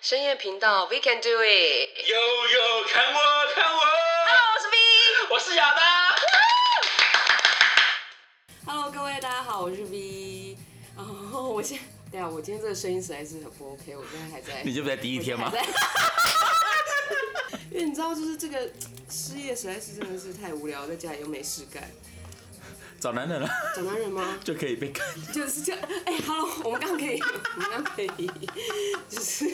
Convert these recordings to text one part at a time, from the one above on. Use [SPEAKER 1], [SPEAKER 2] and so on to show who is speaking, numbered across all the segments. [SPEAKER 1] 深夜频道，We can do it。
[SPEAKER 2] 悠悠，看我，看我，
[SPEAKER 1] Hello，我是 V。
[SPEAKER 2] 我是亚当。
[SPEAKER 1] Hello，各位大家好，我是 V。然后我现，等一下我今天这个声音实在是很不 OK，我现在还在。
[SPEAKER 2] 你这不在第一天吗
[SPEAKER 1] 还？在 因为你知道，就是这个失业实在是真的是太无聊，在家里又没事干，
[SPEAKER 2] 找男人了
[SPEAKER 1] 找男人 吗？
[SPEAKER 2] 就可以被干。
[SPEAKER 1] 就是这样。哎、h e l l o 我们刚刚可以， 我们刚刚可以，就是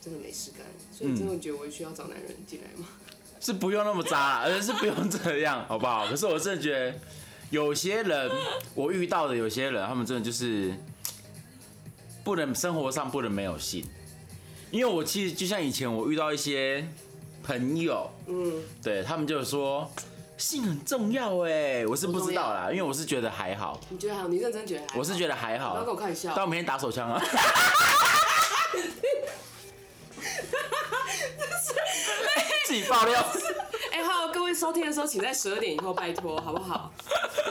[SPEAKER 1] 真的没事干，所以
[SPEAKER 2] 嗯
[SPEAKER 1] 真的觉得我需要找男人进来吗？
[SPEAKER 2] 是不用那么渣啦，呃而是不用这样，好不好？可是我真的觉得，有些人我遇到的有些人，他们真的就是不能生活上不能没有性，因为我其实就像以前我遇到一些朋友，
[SPEAKER 1] 嗯，
[SPEAKER 2] 对他们就说性很重要哎，我是不知道啦，因为我是觉得还好，
[SPEAKER 1] 你觉得还好？你认真觉得还好？
[SPEAKER 2] 我是觉得还好。
[SPEAKER 1] 不要给我看笑
[SPEAKER 2] 但我每天打手 枪啊。自己爆料，
[SPEAKER 1] 哎、还有各位收听的时候，请在十二点以后，拜托，好不好？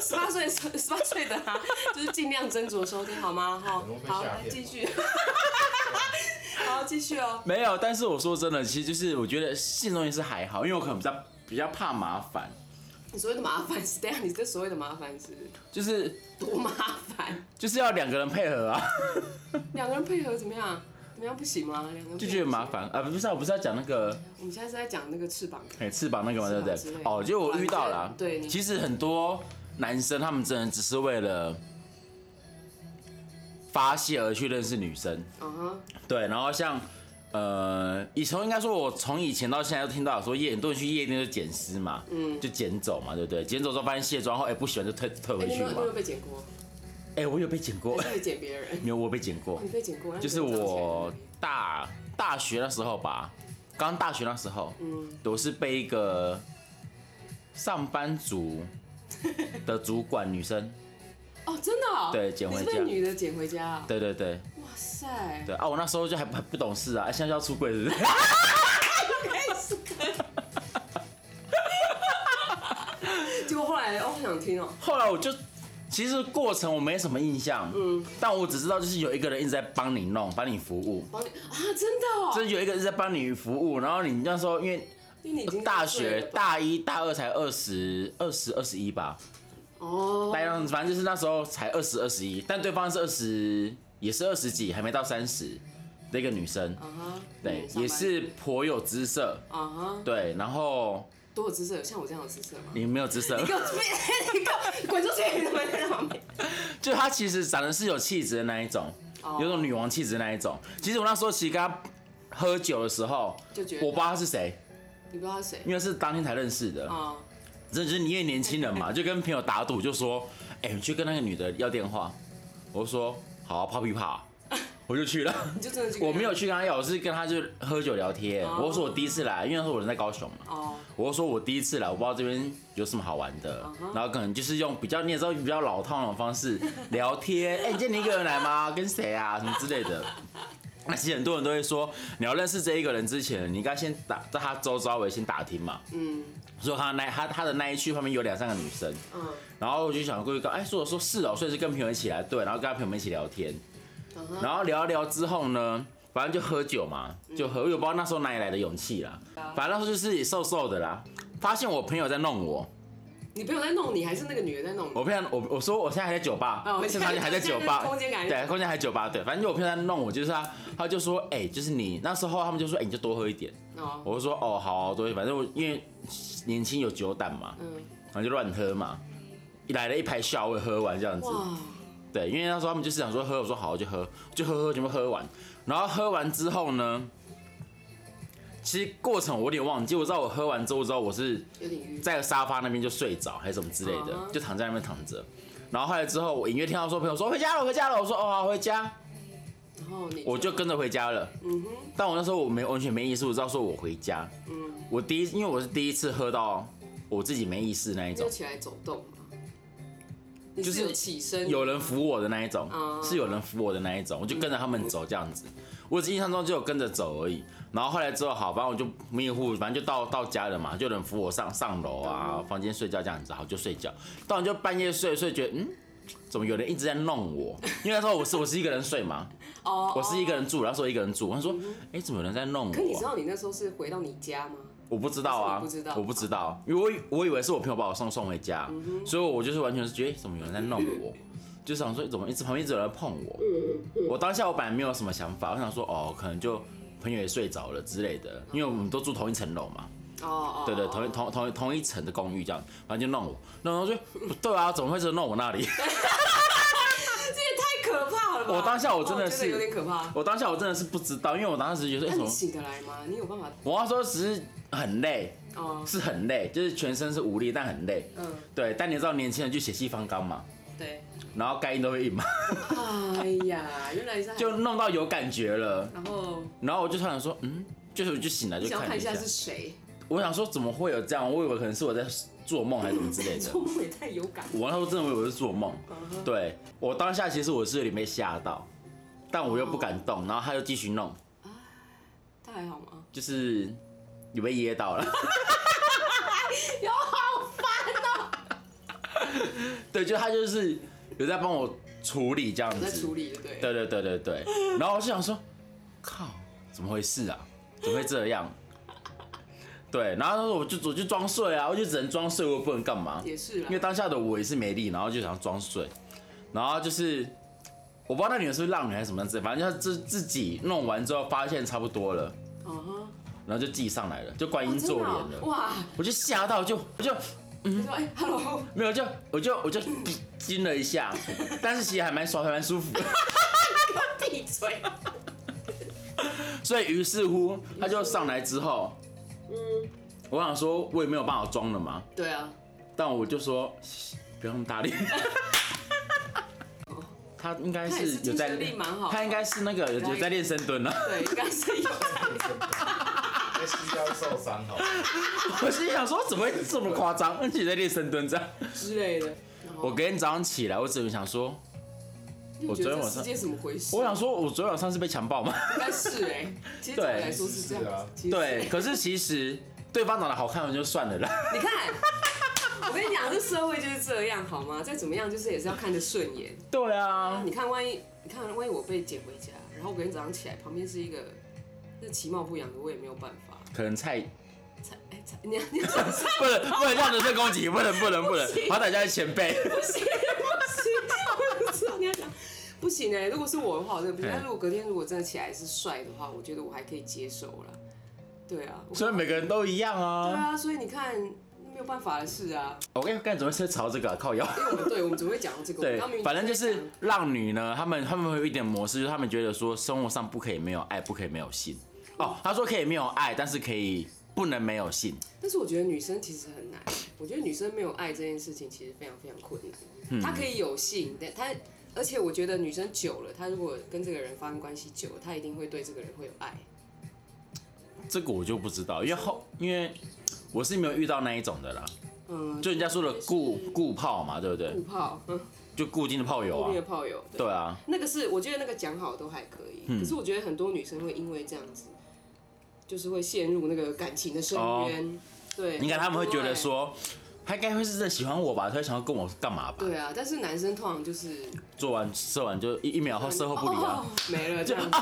[SPEAKER 1] 十八岁、十八岁的啊，就是尽量斟酌收听，好吗？哈
[SPEAKER 3] 容易，被
[SPEAKER 1] 好，
[SPEAKER 3] 吓
[SPEAKER 1] 来
[SPEAKER 3] 骗
[SPEAKER 1] 继续， 好，继续哦。
[SPEAKER 2] 没有。但是我说真的，其实就是我觉得性东西是还好，因为我可能比较比较怕麻烦，
[SPEAKER 1] 你所谓的麻烦是，等一下你这所谓的麻烦是
[SPEAKER 2] 就是
[SPEAKER 1] 多麻烦？
[SPEAKER 2] 就是要两个人配合啊，
[SPEAKER 1] 两个人配合怎么样？怎么样不行吗？两个人
[SPEAKER 2] 就觉得麻
[SPEAKER 1] 配合不行吗。
[SPEAKER 2] 烦啊。不是、啊，我不是要讲那个
[SPEAKER 1] 我们现在是在讲那个翅膀，
[SPEAKER 2] 哎、翅膀那个嘛，对不
[SPEAKER 1] 翅膀之
[SPEAKER 2] 对
[SPEAKER 1] 类？的
[SPEAKER 2] 哦，就我遇到了啊、
[SPEAKER 1] 对你
[SPEAKER 2] 其实很多男生他们真的只是为了发泄而去认识女生。
[SPEAKER 1] 嗯哼，
[SPEAKER 2] 对，然后像呃，以从应该说，我从以前到现在都听到说夜很多人去夜店就捡尸嘛，嗯，就捡走嘛，对不对？捡走之后发现卸妆后，哎、不喜欢就退退
[SPEAKER 1] 哎，
[SPEAKER 2] 回
[SPEAKER 1] 你有没
[SPEAKER 2] 去
[SPEAKER 1] 有你
[SPEAKER 2] 嘛
[SPEAKER 1] 有没。有被剪过？
[SPEAKER 2] 哎、我有被捡过
[SPEAKER 1] 还，是被剪别人？
[SPEAKER 2] 没有，我被捡 过
[SPEAKER 1] 你，被剪过？那你
[SPEAKER 2] 就是
[SPEAKER 1] 怎么找起来的
[SPEAKER 2] 我大大学那时候吧，刚大学那时候，嗯，我是被一个上班族的主管女 生，
[SPEAKER 1] 哦，真的哦，
[SPEAKER 2] 对捡回
[SPEAKER 1] 你是
[SPEAKER 2] 家
[SPEAKER 1] 被女的捡回家啊，
[SPEAKER 2] 对对对
[SPEAKER 1] 哇塞，
[SPEAKER 2] 对啊，我那时候就还不还不懂事啊，现在就要出柜是 不是？
[SPEAKER 1] 结果后来哦，我想听哦，
[SPEAKER 2] 后来我就，其实过程我没什么印象，嗯，但我只知道就是有一个人一直在帮你弄，帮你服务，
[SPEAKER 1] 帮你啊，真的哦，
[SPEAKER 2] 就是有一个人在帮你服务，然后你那时候因为
[SPEAKER 1] 因为你已经
[SPEAKER 2] 大
[SPEAKER 1] 三
[SPEAKER 2] 学
[SPEAKER 1] 岁了吧
[SPEAKER 2] 大一大二才二十二十二十一吧，
[SPEAKER 1] 哦，
[SPEAKER 2] 大一反正就是那时候才二十二十一，但对方是二十，也是二十几，还没到三十的一个女生，
[SPEAKER 1] 啊哈，
[SPEAKER 2] 对
[SPEAKER 1] 嗯，上班
[SPEAKER 2] 也是颇有姿色，
[SPEAKER 1] 啊哈，
[SPEAKER 2] 对，然后
[SPEAKER 1] 多有姿色，有像我这样的姿色吗？
[SPEAKER 2] 你没有姿色，
[SPEAKER 1] 你给我出去！你给我滚出去！你们在旁边
[SPEAKER 2] 就她其实长得是有气质的那一种，
[SPEAKER 1] 哦
[SPEAKER 2] 有种女王气质的那一种。其实我那时候其实跟她喝酒的时候，
[SPEAKER 1] 就觉得
[SPEAKER 2] 我不知道她是谁，
[SPEAKER 1] 你不知道他是谁
[SPEAKER 2] 因为是当天才认识的。
[SPEAKER 1] 啊？
[SPEAKER 2] 这就是你也年轻人嘛，就跟朋友打赌，就说，哎、你去跟那个女的要电话。我就说好、啊，怕不怕？我就去了。
[SPEAKER 1] 你就真的去跟
[SPEAKER 2] 我
[SPEAKER 1] 他
[SPEAKER 2] 没有去跟她要，我是跟她就喝酒聊天。我就说我第一次来，因为那时候我人在高雄嘛。
[SPEAKER 1] 哦，
[SPEAKER 2] 我就说我第一次来，我不知道这边有什么好玩的然后可能就是用比较你也知道比较老套那种方式聊天，哎、你今天你一个人来吗？跟谁啊？什么之类的。那其实很多人都会说，你要认识这一个人之前，你应该先打在他周遭围先打听嘛。嗯，说他那他他的那一区旁边有两三个女生，
[SPEAKER 1] 嗯
[SPEAKER 2] 然后我就想过去跟，哎、说我说是哦，所以是跟朋友一起来，对，然后跟他朋友们一起聊天，
[SPEAKER 1] 嗯哼
[SPEAKER 2] 然后聊一聊之后呢，反正就喝酒嘛，就喝，我也不知道那时候哪里来的勇气啦，反正那时候就是瘦瘦的啦。发现我朋友在弄我，
[SPEAKER 1] 你朋友在弄你，还是那个女的在弄你？
[SPEAKER 2] 我朋友我我说我现在还在酒吧，
[SPEAKER 1] 哦
[SPEAKER 2] 现在还在酒吧，
[SPEAKER 1] 空间感
[SPEAKER 2] 对，空间还在酒吧，对，反正就我朋友在弄我，就是他，他就说，哎、就是你那时候他们就说，哎、你就多喝一点，
[SPEAKER 1] 哦，
[SPEAKER 2] 我就说哦好，多喝一点，反正我因为年轻有酒胆嘛，
[SPEAKER 1] 嗯，
[SPEAKER 2] 然后就乱喝嘛，一来了一排笑，我也喝完这样子，
[SPEAKER 1] 哇，
[SPEAKER 2] 对，因为那时候他们就是想说喝，我说好我就喝，就喝喝全部喝完，然后喝完之后呢，其实过程我有点忘记，我知道我喝完之后，我知道我是
[SPEAKER 1] 有点晕。
[SPEAKER 2] 在沙发那边就睡着还是什么之类的
[SPEAKER 1] 嗯哼
[SPEAKER 2] 就躺在那边躺着，然后后来之后我隐约听到说朋友说回家了回家了，我说哦好回家，
[SPEAKER 1] 然后你
[SPEAKER 2] 我就跟着回家了，
[SPEAKER 1] 嗯哼，
[SPEAKER 2] 但我那时候我没完全没意识，我知道说我回家，
[SPEAKER 1] 嗯，
[SPEAKER 2] 我第一因为我是第一次喝到我自己没意识那一
[SPEAKER 1] 你
[SPEAKER 2] 种
[SPEAKER 1] 就。起来走动嘛。你
[SPEAKER 2] 就是
[SPEAKER 1] 是有起身，
[SPEAKER 2] 有人扶我的那一种
[SPEAKER 1] 哦，
[SPEAKER 2] 是有人扶我的那一种，我就跟着他们走这样子。我只印象中就有跟着走而已。然后后来之后，好，反正我就迷糊，反正就到到家了嘛，就有人扶我上上楼啊，
[SPEAKER 1] 嗯
[SPEAKER 2] 房间睡觉这样子，好就睡觉。到就半夜睡睡，觉得嗯，怎么有人一直在弄我？因为那时候我是我是一个人睡嘛，
[SPEAKER 1] 哦，
[SPEAKER 2] 我是一个人住，然后说一个人住，他说，哎、怎么有人在弄
[SPEAKER 1] 嗯可你知
[SPEAKER 2] 我啊？
[SPEAKER 1] 道你那时候是回到你家吗？
[SPEAKER 2] 我不知道啊，
[SPEAKER 1] 可是你不知道
[SPEAKER 2] 我不知道，因为我以我以为是我朋友把我送送回家，所以我就是完全是觉得诶哎怎么有人在弄我，就想说怎么一直旁边一直有人在碰我，我当下我本来没有什么想法，我想说哦，可能就朋友也睡着了之类的，因为我们都住同一层楼嘛，
[SPEAKER 1] 哦哦，
[SPEAKER 2] 对对，
[SPEAKER 1] 哦
[SPEAKER 2] 同一同同同一层的公寓这样，反正就弄我，弄我就不对啊，怎么会是弄我 那里？
[SPEAKER 1] 这也太可怕了吧！
[SPEAKER 2] 我当下我真的
[SPEAKER 1] 哦
[SPEAKER 2] 是
[SPEAKER 1] 觉得有点可怕。
[SPEAKER 2] 我当下我真的是不知道，因为我当时觉得，哎、
[SPEAKER 1] 那
[SPEAKER 2] 怎
[SPEAKER 1] 你
[SPEAKER 2] 么？
[SPEAKER 1] 醒得来吗？你有办法？
[SPEAKER 2] 我要说只是很累，
[SPEAKER 1] 哦，
[SPEAKER 2] 是很累，就是全身是无力，但很累。
[SPEAKER 1] 嗯，
[SPEAKER 2] 对，但你知道年轻人就血气方刚嘛，
[SPEAKER 1] 对。
[SPEAKER 2] 然后该硬都会硬嘛，
[SPEAKER 1] 哎呀，原来是还
[SPEAKER 2] 就弄到有感觉了。
[SPEAKER 1] 然后
[SPEAKER 2] 然后我就突然说，嗯，就是我就醒来就
[SPEAKER 1] 想要看
[SPEAKER 2] 看了
[SPEAKER 1] 一
[SPEAKER 2] 一下
[SPEAKER 1] 下，是谁，
[SPEAKER 2] 我想说怎么会有这样？我以为可能是我在做梦还是什么之类 的
[SPEAKER 1] 做。梦也太有感。嗯
[SPEAKER 2] 我那时候真的以为是做梦，对我当下其实我是有点被吓到，但我又不敢动，然后他就继续弄，
[SPEAKER 1] 他还好吗？
[SPEAKER 2] 就是你被噎到 了。有好烦哦、 对，就他就是有在帮我处理这样
[SPEAKER 1] 我在
[SPEAKER 2] 子。
[SPEAKER 1] 处理，对不对？
[SPEAKER 2] 对对对对对。然后我就想说，靠，怎么回事啊？怎么会这样？对，然后我就我就装睡啊，我就只能装睡，我也不能干嘛。
[SPEAKER 1] 也是啦
[SPEAKER 2] 因为。当下的我也是没力，然后就想要装睡，然后就是我不知道那女的是不是浪女还是什么样子，反正就是自自己弄完之后发现差不多了，
[SPEAKER 1] 啊哈，
[SPEAKER 2] 然后就自己上来了，就观
[SPEAKER 1] 哦
[SPEAKER 2] 音
[SPEAKER 1] 真
[SPEAKER 2] 坐
[SPEAKER 1] 的
[SPEAKER 2] 脸
[SPEAKER 1] 哦
[SPEAKER 2] 了，
[SPEAKER 1] 哇！
[SPEAKER 2] 我就吓到就我就
[SPEAKER 1] 他说哎，hello，
[SPEAKER 2] 没有就我就我就 惊了一下，但是其实还蛮爽，还蛮舒服的，
[SPEAKER 1] 闭嘴。
[SPEAKER 2] 所以于是乎他就上来之后，
[SPEAKER 1] 嗯，
[SPEAKER 2] 我想说我也没有办法装了嘛，
[SPEAKER 1] 对啊，
[SPEAKER 2] 但我就说嘘不要那么大力。他应该
[SPEAKER 1] 哦他也是
[SPEAKER 2] 有
[SPEAKER 1] 精
[SPEAKER 2] 在
[SPEAKER 1] 神力蛮好的，
[SPEAKER 2] 他应该是那个有有在练深蹲了、啊
[SPEAKER 1] 对，应该是有。
[SPEAKER 3] 在膝盖受伤好吗？
[SPEAKER 2] 我心想说怎么会这么夸张？而且在练深蹲这样。
[SPEAKER 1] 之类的。
[SPEAKER 2] 我隔天早上起来，我只能想说，
[SPEAKER 1] 因为
[SPEAKER 2] 我
[SPEAKER 1] 觉得
[SPEAKER 2] 昨天
[SPEAKER 1] 这
[SPEAKER 2] 晚
[SPEAKER 1] 世
[SPEAKER 2] 上
[SPEAKER 1] 界怎么回事？
[SPEAKER 2] 我想说我昨天晚上是被强暴吗？
[SPEAKER 1] 应该是哎，其实对我来说是这
[SPEAKER 3] 是
[SPEAKER 1] 样
[SPEAKER 3] 啊
[SPEAKER 1] 子。其实
[SPEAKER 2] 对，可是其实对方长得好看就算了啦。
[SPEAKER 1] 你看，我跟你讲，这社会就是这样，好吗？再怎么样，就是也是要看着顺眼。
[SPEAKER 2] 对啊，
[SPEAKER 1] 你看，万一你看，万一我被捡回家，然后我隔天早上起来，旁边是一个那其貌不扬的，我也没有办法。
[SPEAKER 2] 可能菜
[SPEAKER 1] 才哎才，你你不行
[SPEAKER 2] 不能不能这样人身攻击，不能不能 不能，好歹家是前辈。
[SPEAKER 1] 不行，我不知道你要讲。不行哎、如果是我的话，我真的不行。
[SPEAKER 2] 嗯
[SPEAKER 1] 但如果隔天如果真的起来是帅的话，我觉得我还可以接受啦。对啊，我
[SPEAKER 2] 所以每个人都一样
[SPEAKER 1] 对
[SPEAKER 2] 啊。
[SPEAKER 1] 啊，所以你看没有办法的事啊。
[SPEAKER 2] 我跟刚才怎么是朝这个啊靠腰？
[SPEAKER 1] 因为我们对我们怎么会讲到这个？我
[SPEAKER 2] 对
[SPEAKER 1] 们刚明，明
[SPEAKER 2] 反正就
[SPEAKER 1] 在
[SPEAKER 2] 是
[SPEAKER 1] 讲
[SPEAKER 2] 浪女呢，她们她们会有一点模式，就是她们觉得说生活上不可以没有爱，不可以没有性。哦，她说可以没有爱，但是可以不能没有性。
[SPEAKER 1] 但是我觉得女生其实很难，我觉得女生没有爱这件事情其实非常非常困难。
[SPEAKER 2] 嗯
[SPEAKER 1] 她可以有性，但她而且我觉得女生久了，她如果跟这个人发生关系久了，她一定会对这个人会有爱。
[SPEAKER 2] 这个我就不知道，因为后因为我是没有遇到那一种的啦，
[SPEAKER 1] 嗯，
[SPEAKER 2] 就人家说的顾顾炮嘛，对不对
[SPEAKER 1] 顾？炮，嗯，
[SPEAKER 2] 就固定的炮友
[SPEAKER 1] 后
[SPEAKER 2] 啊
[SPEAKER 1] 面的，炮友，对，
[SPEAKER 2] 对嗯啊，
[SPEAKER 1] 那个是我觉得那个讲好都还可以，可是我觉得很多女生会因为这样子，就是会陷入那个感情的深渊。对，
[SPEAKER 2] 哦你看他们会觉
[SPEAKER 1] 很多
[SPEAKER 2] 得
[SPEAKER 1] 爱。
[SPEAKER 2] 说，他应该会是真的喜欢我吧，他会想要跟我干嘛吧？
[SPEAKER 1] 对啊，但是男生通常就是
[SPEAKER 2] 做完射完就一一秒后事后不理
[SPEAKER 1] 哦，
[SPEAKER 2] 啊
[SPEAKER 1] 没 了这样子，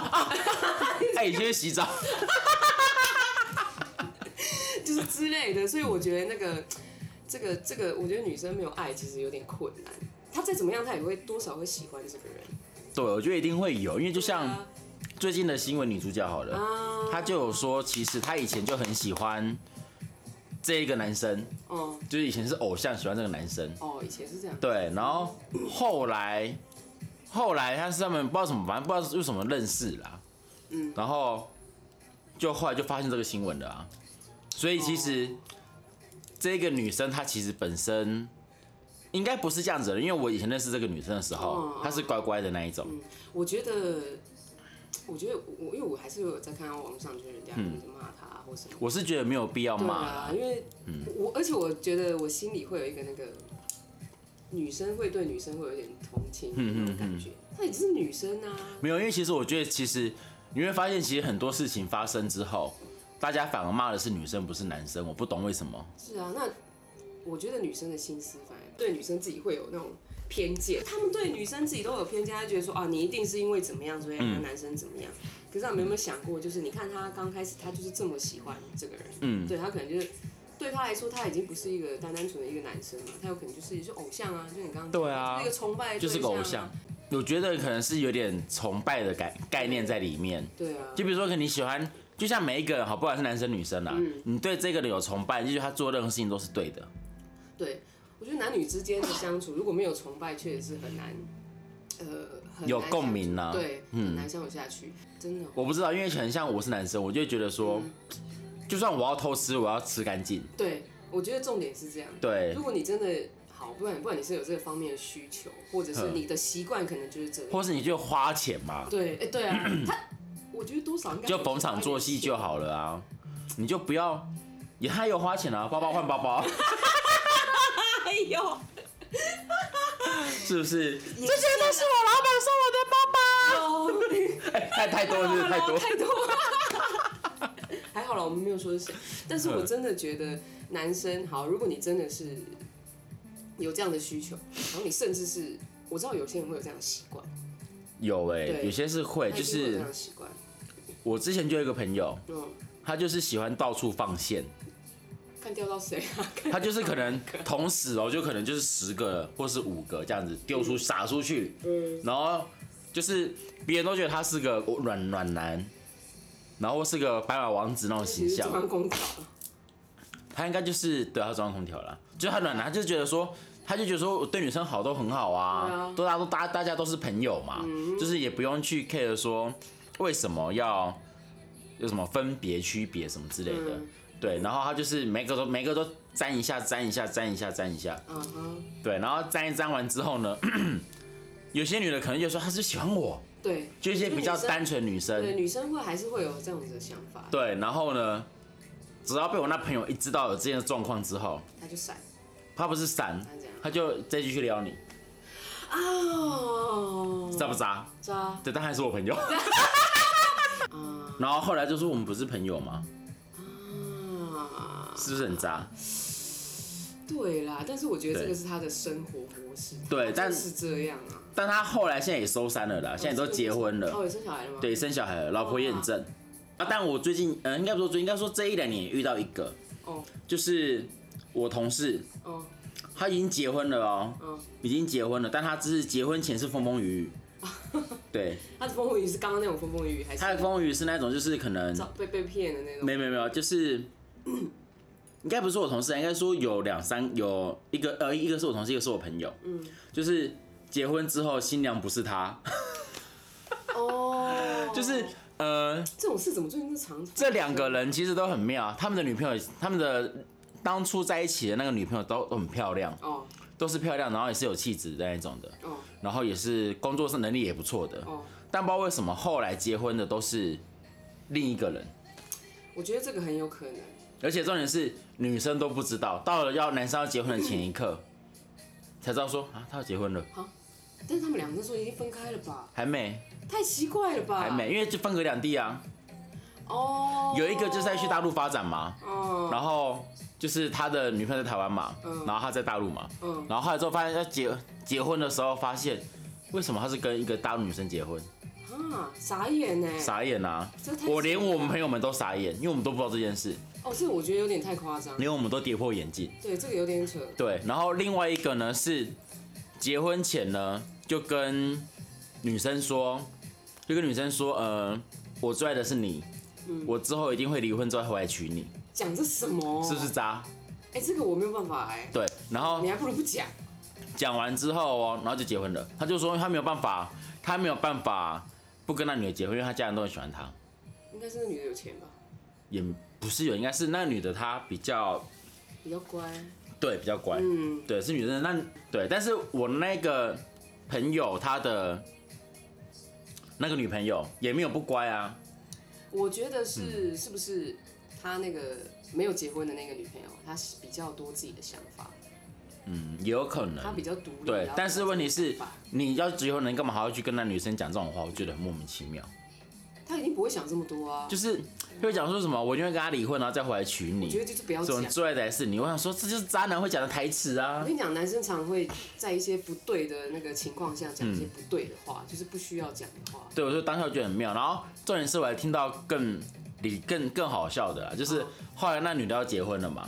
[SPEAKER 2] 哎，你先去洗澡，
[SPEAKER 1] 就是之类的，所以我觉得那个这个这个，我觉得女生没有爱其实有点困难。她再怎么样，她也会多少会喜欢这个人。
[SPEAKER 2] 对，我觉得一定会有，因为就像
[SPEAKER 1] 啊
[SPEAKER 2] 最近的新闻女主角好了，
[SPEAKER 1] 啊，
[SPEAKER 2] 她就有说，其实她以前就很喜欢这一个男生，
[SPEAKER 1] 哦
[SPEAKER 2] 就是以前是偶像喜欢这个男生，
[SPEAKER 1] 哦，以前是这样，
[SPEAKER 2] 对，然后后来后来他是他们不知道什么，反正不知道为什么认识啦，嗯，然后就后来就发现这个新闻了啊，所以其实、这个女生她其实本身。应该不是这样子的，因为我以前认识这个女生的时候
[SPEAKER 1] 哦，嗯
[SPEAKER 2] 她是乖乖的那一种，
[SPEAKER 1] 我觉得。我觉得我，因为我还是有在看到网上，就是人家一直骂他或什么，
[SPEAKER 2] 嗯我是觉得没有必要
[SPEAKER 1] 对
[SPEAKER 2] 骂嗯
[SPEAKER 1] 啊
[SPEAKER 2] 啦，，
[SPEAKER 1] 因为我而且我觉得我心里会有一个那个女生会对女生会有点同情的
[SPEAKER 2] 嗯
[SPEAKER 1] 那种感觉，她也是女生啊，
[SPEAKER 2] 没有，因为其实我觉得，其实你会发现，其实很多事情发生之后，大家反而骂的是女生，不是男生。我不懂为什么。
[SPEAKER 1] 是啊，那我觉得女生的心思反而对女生自己会有那种偏见，他们对女生自己都有偏见，他觉得说啊，你一定是因为怎么样，所以
[SPEAKER 2] 嗯
[SPEAKER 1] 跟男生怎么样。可是你们有没有想过，就是你看他刚开始，他就是这么喜欢这个人，
[SPEAKER 2] 嗯
[SPEAKER 1] 对他可能就是对他来说，他已经不是一个单单纯的一个男生了，他有可能就是就偶像啊，就你刚刚讲的
[SPEAKER 2] 对啊
[SPEAKER 1] 就是一个崇拜的
[SPEAKER 2] 就是个
[SPEAKER 1] 对象啊
[SPEAKER 2] 偶像，。我觉得可能是有点崇拜的概概念在里面。
[SPEAKER 1] 对啊，
[SPEAKER 2] 就比如说，可能你喜欢，就像每一个人好，不管是男生女生啦，
[SPEAKER 1] 嗯
[SPEAKER 2] 你对这个人有崇拜，你就觉得他做任何事情都是对的。
[SPEAKER 1] 对，我觉得男女之间的相处，如果没有崇拜，确实是很难，呃，很难
[SPEAKER 2] 有
[SPEAKER 1] 相
[SPEAKER 2] 共
[SPEAKER 1] 处
[SPEAKER 2] 鸣啊
[SPEAKER 1] 对，
[SPEAKER 2] 嗯
[SPEAKER 1] 很难相处下去，真的哦、
[SPEAKER 2] 我不知道，因为很像我是男生，我就会觉得说，
[SPEAKER 1] 嗯
[SPEAKER 2] 就算我要偷吃，我要吃干净。
[SPEAKER 1] 对，我觉得重点是这样。
[SPEAKER 2] 对
[SPEAKER 1] 如，果你真的好，不然不然你是有这个方面的需求，或者是
[SPEAKER 2] 嗯
[SPEAKER 1] 你的习惯可能就是这样。
[SPEAKER 2] 或是你就花钱嘛，
[SPEAKER 1] 对，哎、对 啊，他我觉得多少应该
[SPEAKER 2] 就逢场作戏就好了啊，你就不要。也他有花钱啊，包包换包包，
[SPEAKER 1] 哎呦，
[SPEAKER 2] 是不是？
[SPEAKER 1] 这些都是
[SPEAKER 2] 我老板送我的包包，
[SPEAKER 1] 我
[SPEAKER 2] 哎、太太 多了是不是，太多。
[SPEAKER 1] 啊太多。 还好了，我们没有说是谁，但是我真的觉得男生好，如果你真的是有这样的需求，然后你甚至是我知道有些人会有这样的习惯，
[SPEAKER 2] 有哎、
[SPEAKER 1] 对
[SPEAKER 2] 有些是会，
[SPEAKER 1] 他
[SPEAKER 2] 就
[SPEAKER 1] 一定会有这
[SPEAKER 2] 是
[SPEAKER 1] 样的习惯，
[SPEAKER 2] 我之前就有一个朋友，
[SPEAKER 1] 嗯，
[SPEAKER 2] 他就是喜欢到处放线，
[SPEAKER 1] 看掉到谁 啊？看
[SPEAKER 2] 他就是可能同时哦，就可能就是十个或是五个这样子丢出撒出去，然后就是别人都觉得他是个软软男，然后是个白马王子那种
[SPEAKER 1] 其
[SPEAKER 2] 形
[SPEAKER 1] 实 中央
[SPEAKER 2] 象，
[SPEAKER 1] 公道，
[SPEAKER 2] 他应该就是对他中央空调啦，就是他
[SPEAKER 1] 嗯
[SPEAKER 2] 软男，他就觉得说。他就觉得说我对女生好都很好
[SPEAKER 1] 对
[SPEAKER 2] 啊
[SPEAKER 1] 啊，嗯
[SPEAKER 2] 都大家都大大家都是朋友嘛，就是也不用去 care 说为什么要有什么分别区别什么之类的，
[SPEAKER 1] 嗯
[SPEAKER 2] 对，然后他就是每个都每个都沾一下沾一下沾一下沾一下，
[SPEAKER 1] 嗯哼，
[SPEAKER 2] 对，然后粘一粘完之后呢， 有些女的可能就说她是喜欢我，
[SPEAKER 1] 对，
[SPEAKER 2] 就一些比较
[SPEAKER 1] 我觉得女生
[SPEAKER 2] 单纯女
[SPEAKER 1] 对，
[SPEAKER 2] 生，
[SPEAKER 1] 女生会还是会有这样子的想法，
[SPEAKER 2] 对，然后呢，只要被我那朋友一知道有这样的状况之后，
[SPEAKER 1] 她就闪
[SPEAKER 2] 她不是闪
[SPEAKER 1] 她怎样，
[SPEAKER 2] 她就再继续撩你，
[SPEAKER 1] 啊，
[SPEAKER 2] 渣不渣？
[SPEAKER 1] 渣啊，
[SPEAKER 2] 对，但还是我朋友。然后后来就说我们不是朋友吗？是不是很渣？
[SPEAKER 1] 对啦，但是我觉得这
[SPEAKER 2] 对
[SPEAKER 1] 个是她的生活模式，
[SPEAKER 2] 对
[SPEAKER 1] 她
[SPEAKER 2] 但
[SPEAKER 1] 就是这样啊，
[SPEAKER 2] 但她后来现在也收山了啦，现在都结婚了，
[SPEAKER 1] 哦，有生小孩了吗？
[SPEAKER 2] 对，生小孩了，老婆也很正。啊，但我最近，嗯，应该不说最近，应该说这一两年也遇到一个，
[SPEAKER 1] 哦，
[SPEAKER 2] 就是我同事，
[SPEAKER 1] 哦，
[SPEAKER 2] 他已经结婚了哦，
[SPEAKER 1] 哦，
[SPEAKER 2] 已经结婚了，但他只是结婚前是风风雨雨，对，
[SPEAKER 1] 他的风风雨是刚刚那种风风雨雨，还是
[SPEAKER 2] 他的风风雨雨是那种就是可能
[SPEAKER 1] 遭被被骗的那种？
[SPEAKER 2] 没没没有，就是 应该不是我同事啊，应该说有两三有一个呃一个是我同事，一个是我朋友，嗯，就是结婚之后新娘不是他，
[SPEAKER 1] 哦，
[SPEAKER 2] 就是呃
[SPEAKER 1] 这种事怎么最近都常
[SPEAKER 2] 这两个人其实都很妙，他们的女朋友他们的。当初在一起的那个女朋友都都很漂亮，
[SPEAKER 1] 哦
[SPEAKER 2] 都是漂亮，然后也是有气质的那一种的，
[SPEAKER 1] 哦
[SPEAKER 2] 然后也是工作上能力也不错的，
[SPEAKER 1] 哦，
[SPEAKER 2] 但不知道为什么后来结婚的都是另一个人，
[SPEAKER 1] 我觉得这个很有可能，
[SPEAKER 2] 而且重点是女生都不知道，到了要男生要结婚的前一刻，才知道说啊他要结婚了，
[SPEAKER 1] 但是他们两个那时候已经分开了吧？
[SPEAKER 2] 还没
[SPEAKER 1] 太奇怪了吧？
[SPEAKER 2] 还没，因为就分隔两地啊，
[SPEAKER 1] 啊哦，
[SPEAKER 2] 有一个就是在去大陆发展嘛，
[SPEAKER 1] 哦，
[SPEAKER 2] 然后就是他的女朋友在台湾嘛，
[SPEAKER 1] 嗯
[SPEAKER 2] 然后他在大陆嘛，
[SPEAKER 1] 嗯，
[SPEAKER 2] 然后后来之后发现要结结婚的时候发现。为什么他是跟一个大陆女生结婚？
[SPEAKER 1] 啊，傻眼呢，
[SPEAKER 2] 傻眼啊
[SPEAKER 1] 这！太
[SPEAKER 2] 我连
[SPEAKER 1] 奇怪了
[SPEAKER 2] 我们朋友们都傻眼，因为我们都不知道这件事，
[SPEAKER 1] 哦，这个我觉得有点太夸张，
[SPEAKER 2] 连我们都跌破眼镜。
[SPEAKER 1] 对，这个有点扯，
[SPEAKER 2] 对，然后另外一个呢是结婚前呢就跟女生说，就跟女生说，呃，我最爱的是你，我之后一定会离婚之后回来娶你，
[SPEAKER 1] 讲这什么？
[SPEAKER 2] 是不是？渣？
[SPEAKER 1] 哎，这个我没有办法哎，
[SPEAKER 2] 对，然后
[SPEAKER 1] 你还不如不讲，
[SPEAKER 2] 讲完之后哦，然后就结婚了。他就说他没有办法，他没有办法不跟那女的结婚，因为他家人都很喜欢他，
[SPEAKER 1] 应该是那女的有钱吧，
[SPEAKER 2] 也不是有，应该是那女的她比较
[SPEAKER 1] 比较乖，
[SPEAKER 2] 对比较乖，
[SPEAKER 1] 嗯，
[SPEAKER 2] 对，是女生。那对，但是我那个朋友他的那个女朋友也没有不乖啊，
[SPEAKER 1] 我觉得
[SPEAKER 2] 嗯
[SPEAKER 1] 是是不是他那个没有结婚的那个女朋友，她是比较多自己的想法，
[SPEAKER 2] 嗯，也有可
[SPEAKER 1] 她
[SPEAKER 2] 能。
[SPEAKER 1] 比较独立，
[SPEAKER 2] 对
[SPEAKER 1] 然，后
[SPEAKER 2] 但是问题
[SPEAKER 1] 比较自己
[SPEAKER 2] 是
[SPEAKER 1] 的想法，
[SPEAKER 2] 你要结婚，你干嘛还要去跟那女生讲这种话？我觉得很莫名其妙。
[SPEAKER 1] 他一定不会想这么多啊。
[SPEAKER 2] 就是会讲说什么，我因为跟他离婚，然后再回来娶你。
[SPEAKER 1] 我觉得就是不要
[SPEAKER 2] 这
[SPEAKER 1] 讲
[SPEAKER 2] 种。最爱的还是你。我想说，这就是渣男会讲的台词
[SPEAKER 1] 我
[SPEAKER 2] 啊。
[SPEAKER 1] 跟你讲，男生常会在一些不对的那个情况下讲
[SPEAKER 2] 嗯
[SPEAKER 1] 一些不对的话，就是不需要讲的话。
[SPEAKER 2] 对，我说当下觉得很妙。然后重点是我还听到更理更更好笑的啦，就是
[SPEAKER 1] 嗯
[SPEAKER 2] 后来那女的要结婚了嘛，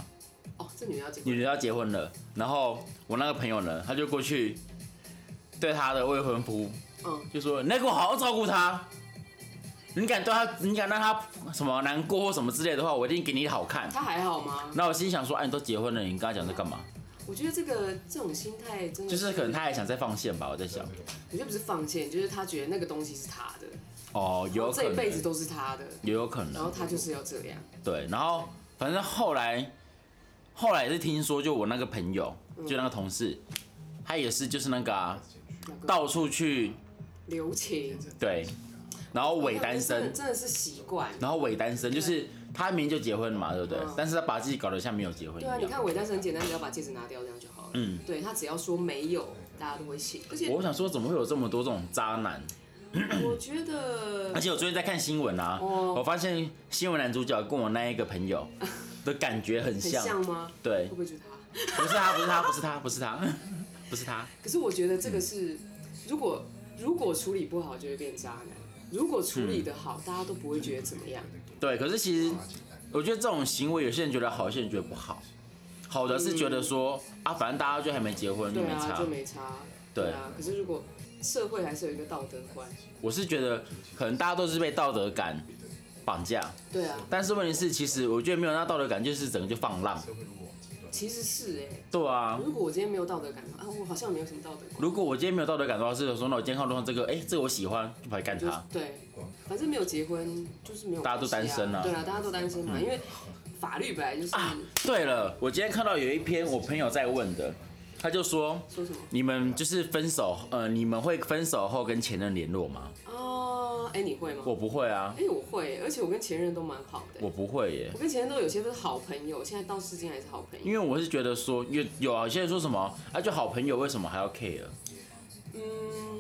[SPEAKER 1] 哦，这女的要结
[SPEAKER 2] 女
[SPEAKER 1] 婚，
[SPEAKER 2] 的要结婚了，然后我那个朋友呢，他就过去对他的未婚夫
[SPEAKER 1] 嗯，
[SPEAKER 2] 就说：“你要给我好好照顾他，你敢对他，你敢让他什么难过或什么之类的话，我一定给你好看。
[SPEAKER 1] 她还好吗”？
[SPEAKER 2] 那我心想说：“哎、你都结婚了，你跟他讲这干嘛？
[SPEAKER 1] 我觉得这个这种心态真的
[SPEAKER 2] 就是可能他，也想再放线吧。”我在想，
[SPEAKER 1] 我觉得不是放线，就是他觉得那个东西是他的，
[SPEAKER 2] 哦，有可
[SPEAKER 1] 这一辈子
[SPEAKER 2] 能，
[SPEAKER 1] 都哦是他的，
[SPEAKER 2] 也有可
[SPEAKER 1] 然
[SPEAKER 2] 能
[SPEAKER 1] 后，他就是要这样。
[SPEAKER 2] 对。然后反正后来，后来也是听说，就我那个朋友，
[SPEAKER 1] 嗯
[SPEAKER 2] 就那个同事，他也是就是那个、啊、
[SPEAKER 1] 那个
[SPEAKER 2] 到处去
[SPEAKER 1] 留情，
[SPEAKER 2] 对，然后伪单
[SPEAKER 1] 真的
[SPEAKER 2] 身，
[SPEAKER 1] 真的是习惯。
[SPEAKER 2] 然后伪单身就是他明明就结婚了嘛，对不对
[SPEAKER 1] 嗯？
[SPEAKER 2] 但是他把自己搞得像没有结婚一
[SPEAKER 1] 对啊，你
[SPEAKER 2] 样。
[SPEAKER 1] 看伪单身很简单，只要把戒指拿掉，这样就好了。
[SPEAKER 2] 嗯，
[SPEAKER 1] 对他只要说没有，大家都会信。而且
[SPEAKER 2] 我想说，怎么会有这么多这种渣男？
[SPEAKER 1] 嗯我觉得
[SPEAKER 2] 而且我最近在看新闻啊，
[SPEAKER 1] 哦
[SPEAKER 2] 我发现新闻男主角跟我那一个朋 友的感觉很
[SPEAKER 1] 很
[SPEAKER 2] 像。
[SPEAKER 1] 像吗？
[SPEAKER 2] 对
[SPEAKER 1] 会不，会觉得他？
[SPEAKER 2] 不是他，不是他，不是他，不是他， 不是他。
[SPEAKER 1] 可是我觉得
[SPEAKER 2] 嗯
[SPEAKER 1] 这个是，如果如果处理不好，就会变渣男；如果处理的好，大家都不会觉得怎么样。
[SPEAKER 2] 对，可是其实我觉得这种行为，有些人觉得好，有些人觉得不好。好的是觉得说、啊，反正大家就还没结婚，就
[SPEAKER 1] 对
[SPEAKER 2] 没
[SPEAKER 1] 啊，
[SPEAKER 2] 差
[SPEAKER 1] 就。没差。
[SPEAKER 2] 对
[SPEAKER 1] 啊，可是如果社会还是有一个道德观，
[SPEAKER 2] 我是觉得可能大家都是被道德感绑架，
[SPEAKER 1] 对啊，
[SPEAKER 2] 但是问题是，其实我觉得没有那道德感，就是整个就放浪。
[SPEAKER 1] 其实是哎、
[SPEAKER 2] 对啊，
[SPEAKER 1] 如果我今天没有道德感嘛，啊，我好像没有什么道德观。
[SPEAKER 2] 如果我今天没有道德感的话，是说那我今天看路上这个，哎、这个我喜欢，就跑去干
[SPEAKER 1] 就是
[SPEAKER 2] 他。
[SPEAKER 1] 对，反正没有结婚就是没有关系啊、
[SPEAKER 2] 大家都单身啊
[SPEAKER 1] 对啊，大家都单身嘛，因为法律本来就是、
[SPEAKER 2] 啊，对了，我今天看到有一篇我朋友在问的，他就说
[SPEAKER 1] 说什么
[SPEAKER 2] 你们就是分手，呃，你们会分手后跟前任联络吗？
[SPEAKER 1] 哦，哎、你会吗？
[SPEAKER 2] 我不会啊
[SPEAKER 1] 哎、，我会，而且我跟前任都蛮好的、
[SPEAKER 2] 我不会耶
[SPEAKER 1] 我，跟前任都有些都是好朋友，现在到至今还是好朋
[SPEAKER 2] 因
[SPEAKER 1] 友。
[SPEAKER 2] 为我是觉得说有有啊，现在说什么啊，就好朋友为什么还要 care？
[SPEAKER 1] 嗯，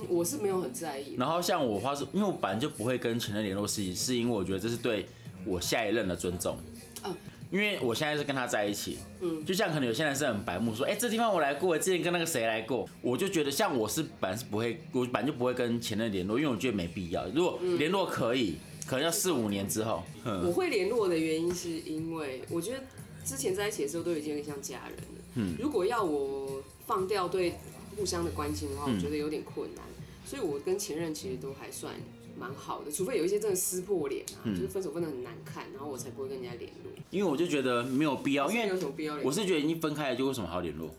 [SPEAKER 1] 我是没有很在意。
[SPEAKER 2] 然后像我话是，因为我本来就不会跟前任联络事情，是因为我觉得这是对我下一任的尊重。
[SPEAKER 1] 嗯
[SPEAKER 2] 因为我现在是跟他在一起，
[SPEAKER 1] 嗯
[SPEAKER 2] 就像可能有些人是很白目，说，哎、这地方我来过，之前跟那个谁来过，我就觉得像我是本来是不会，我本来就不会跟前任联络，因为我觉得没必要。如果联络可以，可能要四五年之后，
[SPEAKER 1] 我
[SPEAKER 2] 嗯，
[SPEAKER 1] 会联络的原因是因为我觉得之前在一起的时候都已经有点像家人了。嗯，如果要我放掉对互相的关心的话，
[SPEAKER 2] 嗯
[SPEAKER 1] 我觉得有点困难。所以我跟前任其实都还算蛮好的，除非有一些真的撕破脸啊，
[SPEAKER 2] 嗯
[SPEAKER 1] 就是分手分的很难看，然后我才不会跟人家联络。
[SPEAKER 2] 因为我就觉得没有必哦要，因
[SPEAKER 1] 没有
[SPEAKER 2] 为
[SPEAKER 1] 什么必要联
[SPEAKER 2] 我
[SPEAKER 1] 络，
[SPEAKER 2] 是觉得已经分开了，就为什么还要联络？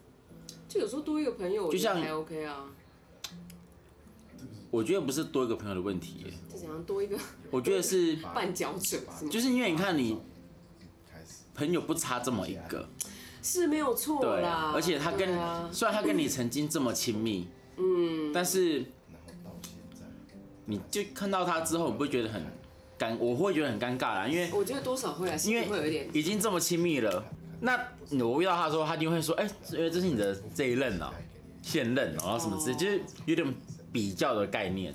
[SPEAKER 1] 就有时候多一个朋友，我
[SPEAKER 2] 就
[SPEAKER 1] 觉
[SPEAKER 2] 像
[SPEAKER 1] 得还 OK 啊。
[SPEAKER 2] 我觉得不是多一个朋友的问题耶，
[SPEAKER 1] 就想要多一个
[SPEAKER 2] 我觉得是
[SPEAKER 1] 绊脚者是吗？
[SPEAKER 2] 啊就是因为你看你
[SPEAKER 3] 开始
[SPEAKER 2] 朋友不差这么一个，
[SPEAKER 1] 是没有错
[SPEAKER 2] 对
[SPEAKER 1] 啦
[SPEAKER 2] 啊，。而且他跟、
[SPEAKER 1] 对啊
[SPEAKER 2] 虽然他跟你曾经这么亲密，嗯，但是
[SPEAKER 3] 然后到现在，
[SPEAKER 2] 你就看到他之后，你不会觉得很尴，我会觉得很尴尬啦，因为
[SPEAKER 1] 我觉得多少会啊，心
[SPEAKER 2] 因
[SPEAKER 1] 里会有一
[SPEAKER 2] 为
[SPEAKER 1] 点
[SPEAKER 2] 已经这么亲密了，那我遇到他的时候，他一定会说，哎、因为这是你的这一任啊，现任哦、然后什么之类，就是有点比较的概念。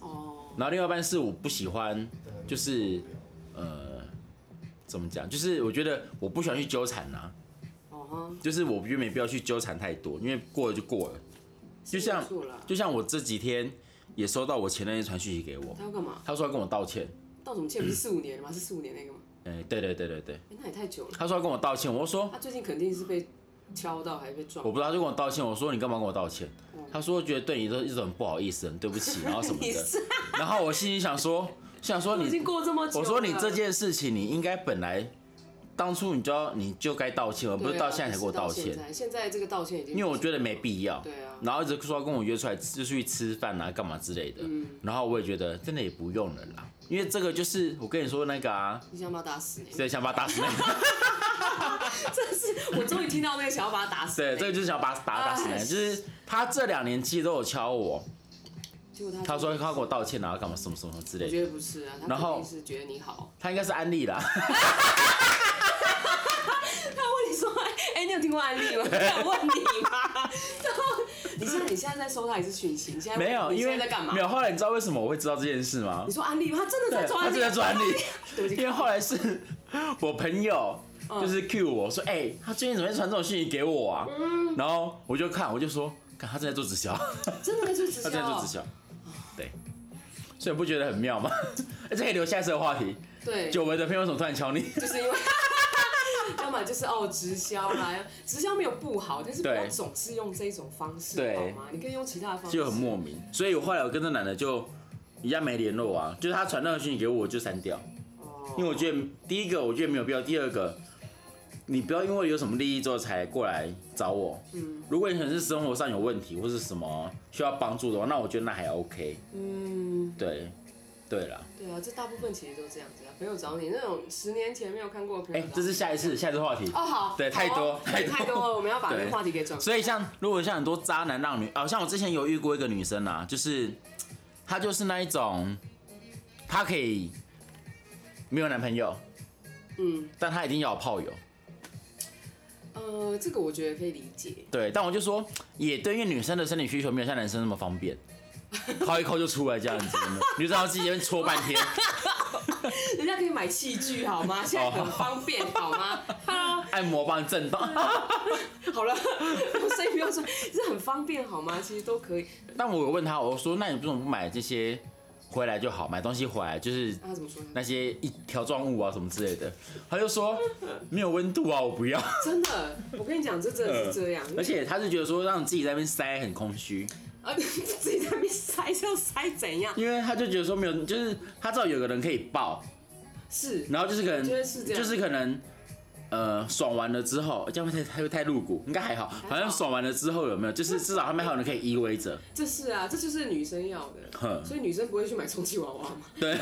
[SPEAKER 1] 哦，
[SPEAKER 2] 然后另外一半是我不喜欢，就是呃，怎么讲？就是我觉得我不喜欢去纠缠呐、
[SPEAKER 1] 哦哈，
[SPEAKER 2] 就是我觉得没必要去纠缠太多，因为过了就过了。就像
[SPEAKER 1] 是没有错啦
[SPEAKER 2] 就像我这几天也收到我前任传讯息给我，
[SPEAKER 1] 他要干嘛？
[SPEAKER 2] 他说要跟我道歉。
[SPEAKER 1] 道什么歉？不是四五年了吗？是四五年那个吗？
[SPEAKER 2] 哎、对对对对对，
[SPEAKER 1] 哎那也太久了。
[SPEAKER 2] 他说要跟我道歉，我就说
[SPEAKER 1] 他最近肯定是被敲到，还是被撞
[SPEAKER 2] 我。不知道，他就跟我道歉。我说你干嘛跟我道歉？他说觉得对你都一直很不好意思，很对 不起，然后什么
[SPEAKER 1] 嗯你
[SPEAKER 2] 的。
[SPEAKER 1] 是
[SPEAKER 2] 然后我心里想说，想说
[SPEAKER 1] 都已
[SPEAKER 2] 你
[SPEAKER 1] 经，过这么久了。
[SPEAKER 2] 我说你这件事情你应该本来当初你就要你就该道歉，而不
[SPEAKER 1] 对
[SPEAKER 2] 是
[SPEAKER 1] 啊
[SPEAKER 2] 到现在才给我
[SPEAKER 1] 是到
[SPEAKER 2] 道
[SPEAKER 1] 现
[SPEAKER 2] 歉，
[SPEAKER 1] 在啊现在这个道歉已经
[SPEAKER 2] 因为我觉得没必要。
[SPEAKER 1] 对啊，
[SPEAKER 2] 然后一直说要跟我约出来就去吃饭啊，干嘛之类的。
[SPEAKER 1] 嗯
[SPEAKER 2] 然后我也觉得真的也不用了啦，因为这个就是我跟你说那个啊，
[SPEAKER 1] 你想把他打死那个，
[SPEAKER 2] 对，想把他打死那个，
[SPEAKER 1] 这是我终于听到那个想要把他打死那
[SPEAKER 2] 对，
[SPEAKER 1] 个。
[SPEAKER 2] 这个就是想把他打打死那个，
[SPEAKER 1] 哎
[SPEAKER 2] 就是他这两年其实都有敲我，
[SPEAKER 1] 结果他
[SPEAKER 2] 他说他要跟我道歉啊，干嘛什么什么之
[SPEAKER 1] 我
[SPEAKER 2] 类的，
[SPEAKER 1] 觉得不是啊，他
[SPEAKER 2] 然后
[SPEAKER 1] 肯定是觉得你好。
[SPEAKER 2] 他应该是安利啦，
[SPEAKER 1] 哎 他问你说，哎、你有听过安利吗？他有问你吗？然后你现在你现在在收到一次讯息，你现在
[SPEAKER 2] 没有，
[SPEAKER 1] 你
[SPEAKER 2] 因
[SPEAKER 1] 现
[SPEAKER 2] 为
[SPEAKER 1] 在在干嘛
[SPEAKER 2] 没？有，后来你知道为什么我会知道这件事吗
[SPEAKER 1] 你？说安利吗？他真的
[SPEAKER 2] 对，
[SPEAKER 1] 在抓
[SPEAKER 2] 他
[SPEAKER 1] 安
[SPEAKER 2] 是
[SPEAKER 1] 利，
[SPEAKER 2] 在转你。
[SPEAKER 1] 对不
[SPEAKER 2] 因
[SPEAKER 1] 起，
[SPEAKER 2] 为后来是我朋友
[SPEAKER 1] 嗯
[SPEAKER 2] 就是 cue 我说，哎、他最近怎么会传这种讯息给我啊？
[SPEAKER 1] 嗯
[SPEAKER 2] 然后我就看，我就说，看他正在做直销，
[SPEAKER 1] 真的在做直
[SPEAKER 2] 他正在做直
[SPEAKER 1] 销哦，
[SPEAKER 2] 销，对，所以你不觉得很妙吗？ 哎这可以留下一次的话题。
[SPEAKER 1] 对，
[SPEAKER 2] 久违的朋友为什么突然敲你？
[SPEAKER 1] 就是因为。 要么就是哦直销啦，直销没有不好，但是不要
[SPEAKER 2] 对
[SPEAKER 1] 总是用这种方式
[SPEAKER 2] 对
[SPEAKER 1] 好吗？你可以用其他的方式。
[SPEAKER 2] 就很莫名。所以我后来我跟那男的就一样没联络啊，就是他传任何讯息给我，我就删掉，
[SPEAKER 1] 哦，
[SPEAKER 2] 因为我觉得第一个我觉得没有必要，第二个你不要因为有什么利益之后才过来找我。嗯，如果你可能是生活上有问题或是什么需要帮助的话，那我觉得那还 OK。
[SPEAKER 1] 嗯，
[SPEAKER 2] 对，对啦，
[SPEAKER 1] 对啊，这大部分其实都这样子啊。朋友找你那种十年前没有看过的朋
[SPEAKER 2] 哎、
[SPEAKER 1] 友找你，
[SPEAKER 2] 这是下一次下一次话题。
[SPEAKER 1] 哦好，
[SPEAKER 2] 对
[SPEAKER 1] 好
[SPEAKER 2] 太多
[SPEAKER 1] 哦
[SPEAKER 2] 太
[SPEAKER 1] 对
[SPEAKER 2] 多
[SPEAKER 1] 太多了，我们要把这
[SPEAKER 2] 对
[SPEAKER 1] 个话题给转。
[SPEAKER 2] 所以像如果像很多渣男让女，啊，像我之前有遇过一个女生啊，就是她就是那一种，她可以没有男朋友，
[SPEAKER 1] 嗯，
[SPEAKER 2] 但她一定要有炮友。
[SPEAKER 1] 呃，这个我觉得可以理解。
[SPEAKER 2] 对，但我就说也对，因为女生的生理需求没有像男生那么方便，抠一抠就出来这样子，有没有你就知道自己在那边搓半天。
[SPEAKER 1] 人家可以买器具好
[SPEAKER 2] 哦
[SPEAKER 1] 吗？现在很方便好吗？Hello，
[SPEAKER 2] 按摩棒震动，
[SPEAKER 1] 好了， 所以不要说，这很方便好吗？其实都可以。
[SPEAKER 2] 但我有问她，我说那你为什么不买这些回来就好，买东西回来就是
[SPEAKER 1] 那他怎么说呢？
[SPEAKER 2] 那些一条状物啊什么之类的，她就说没有温度啊，我不要。
[SPEAKER 1] 真的，我跟你讲，这真的是这样。
[SPEAKER 2] 嗯而且他是觉得说让自己在那边塞很空虚，
[SPEAKER 1] 呃， 自己在那边塞是要塞怎样？
[SPEAKER 2] 因为他就觉得说没有，就是他知道有个人可以抱，
[SPEAKER 1] 是
[SPEAKER 2] 然后就是可能
[SPEAKER 1] 觉得是这样
[SPEAKER 2] 就是可能呃爽完了之后，这样会太太会太露骨，应该还好，好像爽完了之后有没有，就是至少他们还有人可以依偎着，
[SPEAKER 1] 这是啊，这就是女生要
[SPEAKER 2] 哼
[SPEAKER 1] 的，所以女生不会去买充气娃娃嘛。
[SPEAKER 2] 嗯对，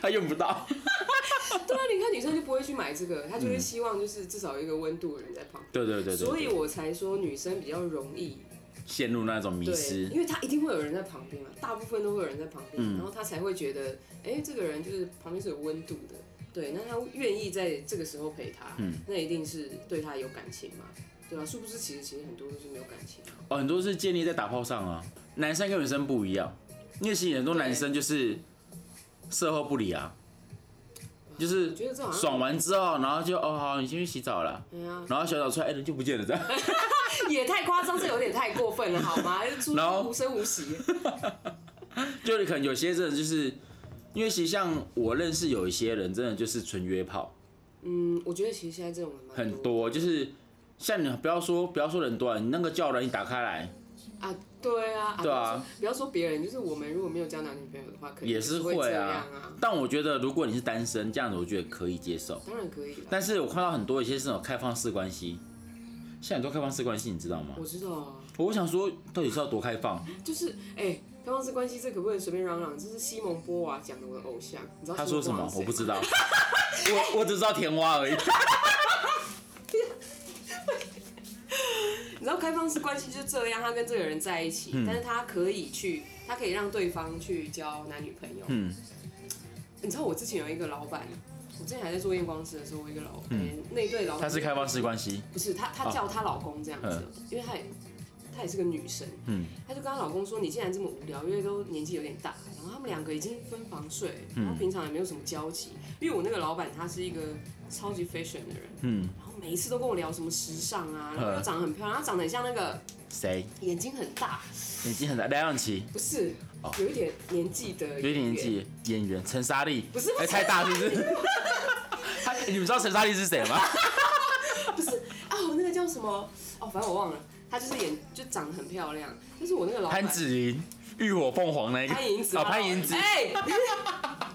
[SPEAKER 2] 他用不到，
[SPEAKER 1] 对啊，你看女生就不会去买这个，她就是希望就是至少有一个温度的人在旁边。
[SPEAKER 2] 对嗯对对对，
[SPEAKER 1] 所以
[SPEAKER 2] 对
[SPEAKER 1] 我才说女生比较容易，
[SPEAKER 2] 陷入那种迷
[SPEAKER 1] 对，
[SPEAKER 2] 失，
[SPEAKER 1] 因为她一定会有人在旁边嘛，大部分都会有人在旁
[SPEAKER 2] 嗯
[SPEAKER 1] 边，然后她才会觉得，哎、这个人就是旁边是有温度的，对，那她愿意在这个时候陪她，
[SPEAKER 2] 嗯
[SPEAKER 1] 那一定是对她有感情嘛，对啊吧、殊不知其实其实很多都是没有感情的，啊
[SPEAKER 2] 哦，很多是建立在打炮上啊，男生跟女生不一样，因为其实很多男生就是事后不理啊，就是
[SPEAKER 1] 我觉得啊这好像
[SPEAKER 2] 爽完之后，然后就哦好，你先去洗澡了，
[SPEAKER 1] 哎呀，
[SPEAKER 2] 然后洗澡出来，哎、人就不见了这样。
[SPEAKER 1] 也太夸张，这有点太过分了好吗？出
[SPEAKER 2] 然后
[SPEAKER 1] 无声无息，
[SPEAKER 2] 就可能有些真的就是，因为其实像我认识有一些人，真的就是纯约炮，
[SPEAKER 1] 嗯，我觉得其实现在这种人蛮
[SPEAKER 2] 很
[SPEAKER 1] 的
[SPEAKER 2] 多就是像你不要说不要说人多啊，你那个叫人一打开来
[SPEAKER 1] 啊，对啊，
[SPEAKER 2] 对啊
[SPEAKER 1] 不要说，不要说别人，就是我们如果没有交男女朋友的话，可能
[SPEAKER 2] 也是
[SPEAKER 1] 会这
[SPEAKER 2] 会
[SPEAKER 1] 样
[SPEAKER 2] 啊。
[SPEAKER 1] 啊，
[SPEAKER 2] 但我觉得如果你是单身，这样子我觉得可以接受。
[SPEAKER 1] 当然可以啦。
[SPEAKER 2] 但是我看到很多一些是那种开放式关系，现在很多开放式关系，你知道吗？
[SPEAKER 1] 我知道啊，
[SPEAKER 2] 我想说，到底是要多开放？
[SPEAKER 1] 就是哎、开放式关系这可不能随便嚷嚷，这是西蒙波娃讲的我的偶像，你知道
[SPEAKER 2] 他说什么？我
[SPEAKER 1] 西蒙波娃是谁
[SPEAKER 2] 不知道， 我我只知道甜蛙而已。
[SPEAKER 1] 你知道开放式关系就是这样，他跟这个人在一起，
[SPEAKER 2] 嗯
[SPEAKER 1] 但是他可以去，他可以让对方去交男女朋友。
[SPEAKER 2] 嗯
[SPEAKER 1] 你知道我之前有一个老板，我之前还在做验光师的时候，我有一个老，嗯、那一对老板
[SPEAKER 2] 他是开放式关系，
[SPEAKER 1] 不是，她
[SPEAKER 2] 啊
[SPEAKER 1] 她叫她老公这样子，因为她也她也是个女生，
[SPEAKER 2] 嗯
[SPEAKER 1] 她就跟她老公说：“你既然这么无聊，因为都年纪有点大，然后他们两个已经分房睡，
[SPEAKER 2] 嗯
[SPEAKER 1] 然后平常也没有什么交集。因为我那个老板他是一个超级 fashion 的人，
[SPEAKER 2] 嗯，
[SPEAKER 1] 然后每一次都跟我聊什么时尚啊，然后又
[SPEAKER 2] 嗯
[SPEAKER 1] 长得很漂亮，她长得很像那个
[SPEAKER 2] 谁？
[SPEAKER 1] 眼睛很大，
[SPEAKER 2] 年纪很大，梁咏琪，
[SPEAKER 1] 不是
[SPEAKER 2] 哦
[SPEAKER 1] 有一点年纪的，
[SPEAKER 2] 有点年，纪，演员陈莎莉，
[SPEAKER 1] 不是不是
[SPEAKER 2] 哎太大是不是？他你们知道陈莎莉是谁吗？
[SPEAKER 1] 哦，那个叫什么？哦，反正我忘了，她就是眼就长得很漂亮，就是我那个老板
[SPEAKER 2] 潘子云，浴火凤凰那一个，
[SPEAKER 1] 潘迎紫
[SPEAKER 2] 哦，潘迎紫，
[SPEAKER 1] 哎。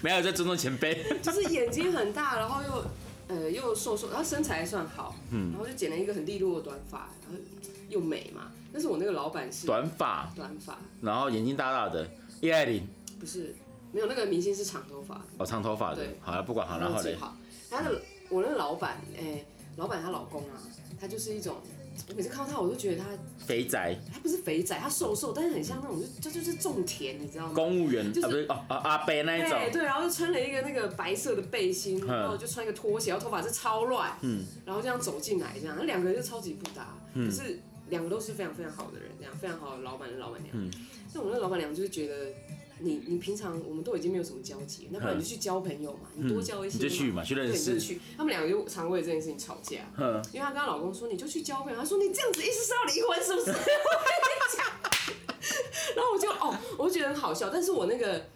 [SPEAKER 2] 没有在尊重前辈，
[SPEAKER 1] 就是眼睛很大，然后又呃又瘦瘦，然后身材还算好，
[SPEAKER 2] 嗯
[SPEAKER 1] 然后就剪了一个很利落的短发，然后又美嘛。但是我那个老板是
[SPEAKER 2] 短发，
[SPEAKER 1] 短发，
[SPEAKER 2] 然后眼睛大大的，叶爱玲，
[SPEAKER 1] 不是没有那个明星是长头发，
[SPEAKER 2] 哦，长头发的
[SPEAKER 1] 对，
[SPEAKER 2] 好了，不管好了，然后
[SPEAKER 1] 记
[SPEAKER 2] 嘞，
[SPEAKER 1] 好。他的我那个老板，哎、老板她老公啊，他就是一种我每次看到他，我都觉得他
[SPEAKER 2] 肥宅
[SPEAKER 1] 他不是肥仔，他瘦瘦，但是很像那种就就就是种田，你知道吗？
[SPEAKER 2] 公务员、
[SPEAKER 1] 就是
[SPEAKER 2] 啊，不是哦、啊阿伯那一
[SPEAKER 1] 对
[SPEAKER 2] 种，
[SPEAKER 1] 对，然后就穿了一个那个白色的背心，
[SPEAKER 2] 嗯
[SPEAKER 1] 然后就穿一个拖鞋，然后头发是超乱，
[SPEAKER 2] 嗯，
[SPEAKER 1] 然后这样走进来，这样，那两个人就超级不搭，就是两个都是非常非常好的人，这样非常好的老板跟老板娘，
[SPEAKER 2] 嗯
[SPEAKER 1] 但我那个老板娘就是觉得。你你平常我们都已经没有什么交集，那不然你就去交朋友嘛，你多交一些嘛，
[SPEAKER 2] 嗯你就去嘛，去
[SPEAKER 1] 对，
[SPEAKER 2] 认
[SPEAKER 1] 你就
[SPEAKER 2] 识，
[SPEAKER 1] 去。他们两个就常为这件事情吵架，
[SPEAKER 2] 哼，
[SPEAKER 1] 因为她跟她老公说你就去交朋友，她说你这样子意思是要离婚是不是？ 我跟你讲，然后我就哦，我就觉得很好笑，但是我那个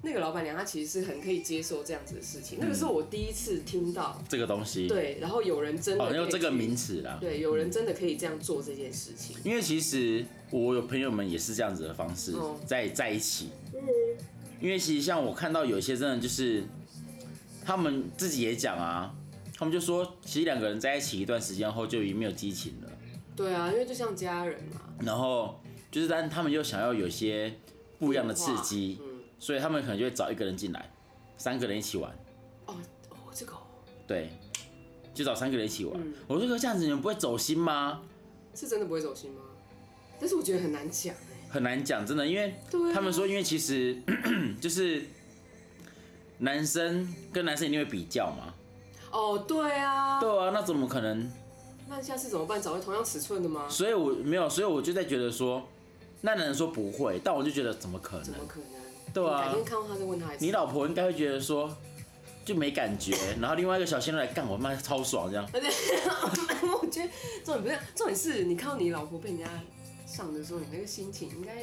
[SPEAKER 1] 那个老板娘她其实是很可以接受这样子的事情，那个
[SPEAKER 2] 嗯
[SPEAKER 1] 是我第一次听到，
[SPEAKER 2] 这个东西，
[SPEAKER 1] 对，然后有人真的
[SPEAKER 2] 哦，用
[SPEAKER 1] 可以
[SPEAKER 2] 这个
[SPEAKER 1] 去
[SPEAKER 2] 名词啦，
[SPEAKER 1] 对，有人真的可以这样做这件事情，
[SPEAKER 2] 因为其实我有朋友们也是这样子的方式
[SPEAKER 1] 哦
[SPEAKER 2] 在在一起，因为其实像我看到有些真的就是他们自己也讲啊，他们就说其实两个人在一起一段时间后就已经没有激情了，
[SPEAKER 1] 对啊，因为就像家人嘛，
[SPEAKER 2] 然后就是但他们又想要有一些不一样的刺激，
[SPEAKER 1] 嗯，
[SPEAKER 2] 所以他们可能就会找一个人进来，三个人一起玩，
[SPEAKER 1] 哦哦，这个哦
[SPEAKER 2] 对，就找三个人一起玩。
[SPEAKER 1] 嗯
[SPEAKER 2] 我说可这样子你们不会走心吗？
[SPEAKER 1] 是真的不会走心吗？但是我觉得很难讲哎，
[SPEAKER 2] 很难讲，真的，因为
[SPEAKER 1] 对啊，
[SPEAKER 2] 他们说，因为其实 就是男生跟男生一定会比较嘛。
[SPEAKER 1] 哦，对啊，
[SPEAKER 2] 对啊，那怎么可能？
[SPEAKER 1] 那下次怎么办？找回同样尺寸的吗？
[SPEAKER 2] 所以我没有，所以我就在觉得说，那男人说不会，但我就觉得怎么可能
[SPEAKER 1] 怎？么可能？
[SPEAKER 2] 对啊
[SPEAKER 1] 你改天看到他再问他一次。
[SPEAKER 2] 你老婆应该会觉得说就没感觉，然后另外一个小鲜肉来干我，妈超爽这样。
[SPEAKER 1] 我觉得重点不是重点是你看到你老婆被人家上的时候，你那个心情应该，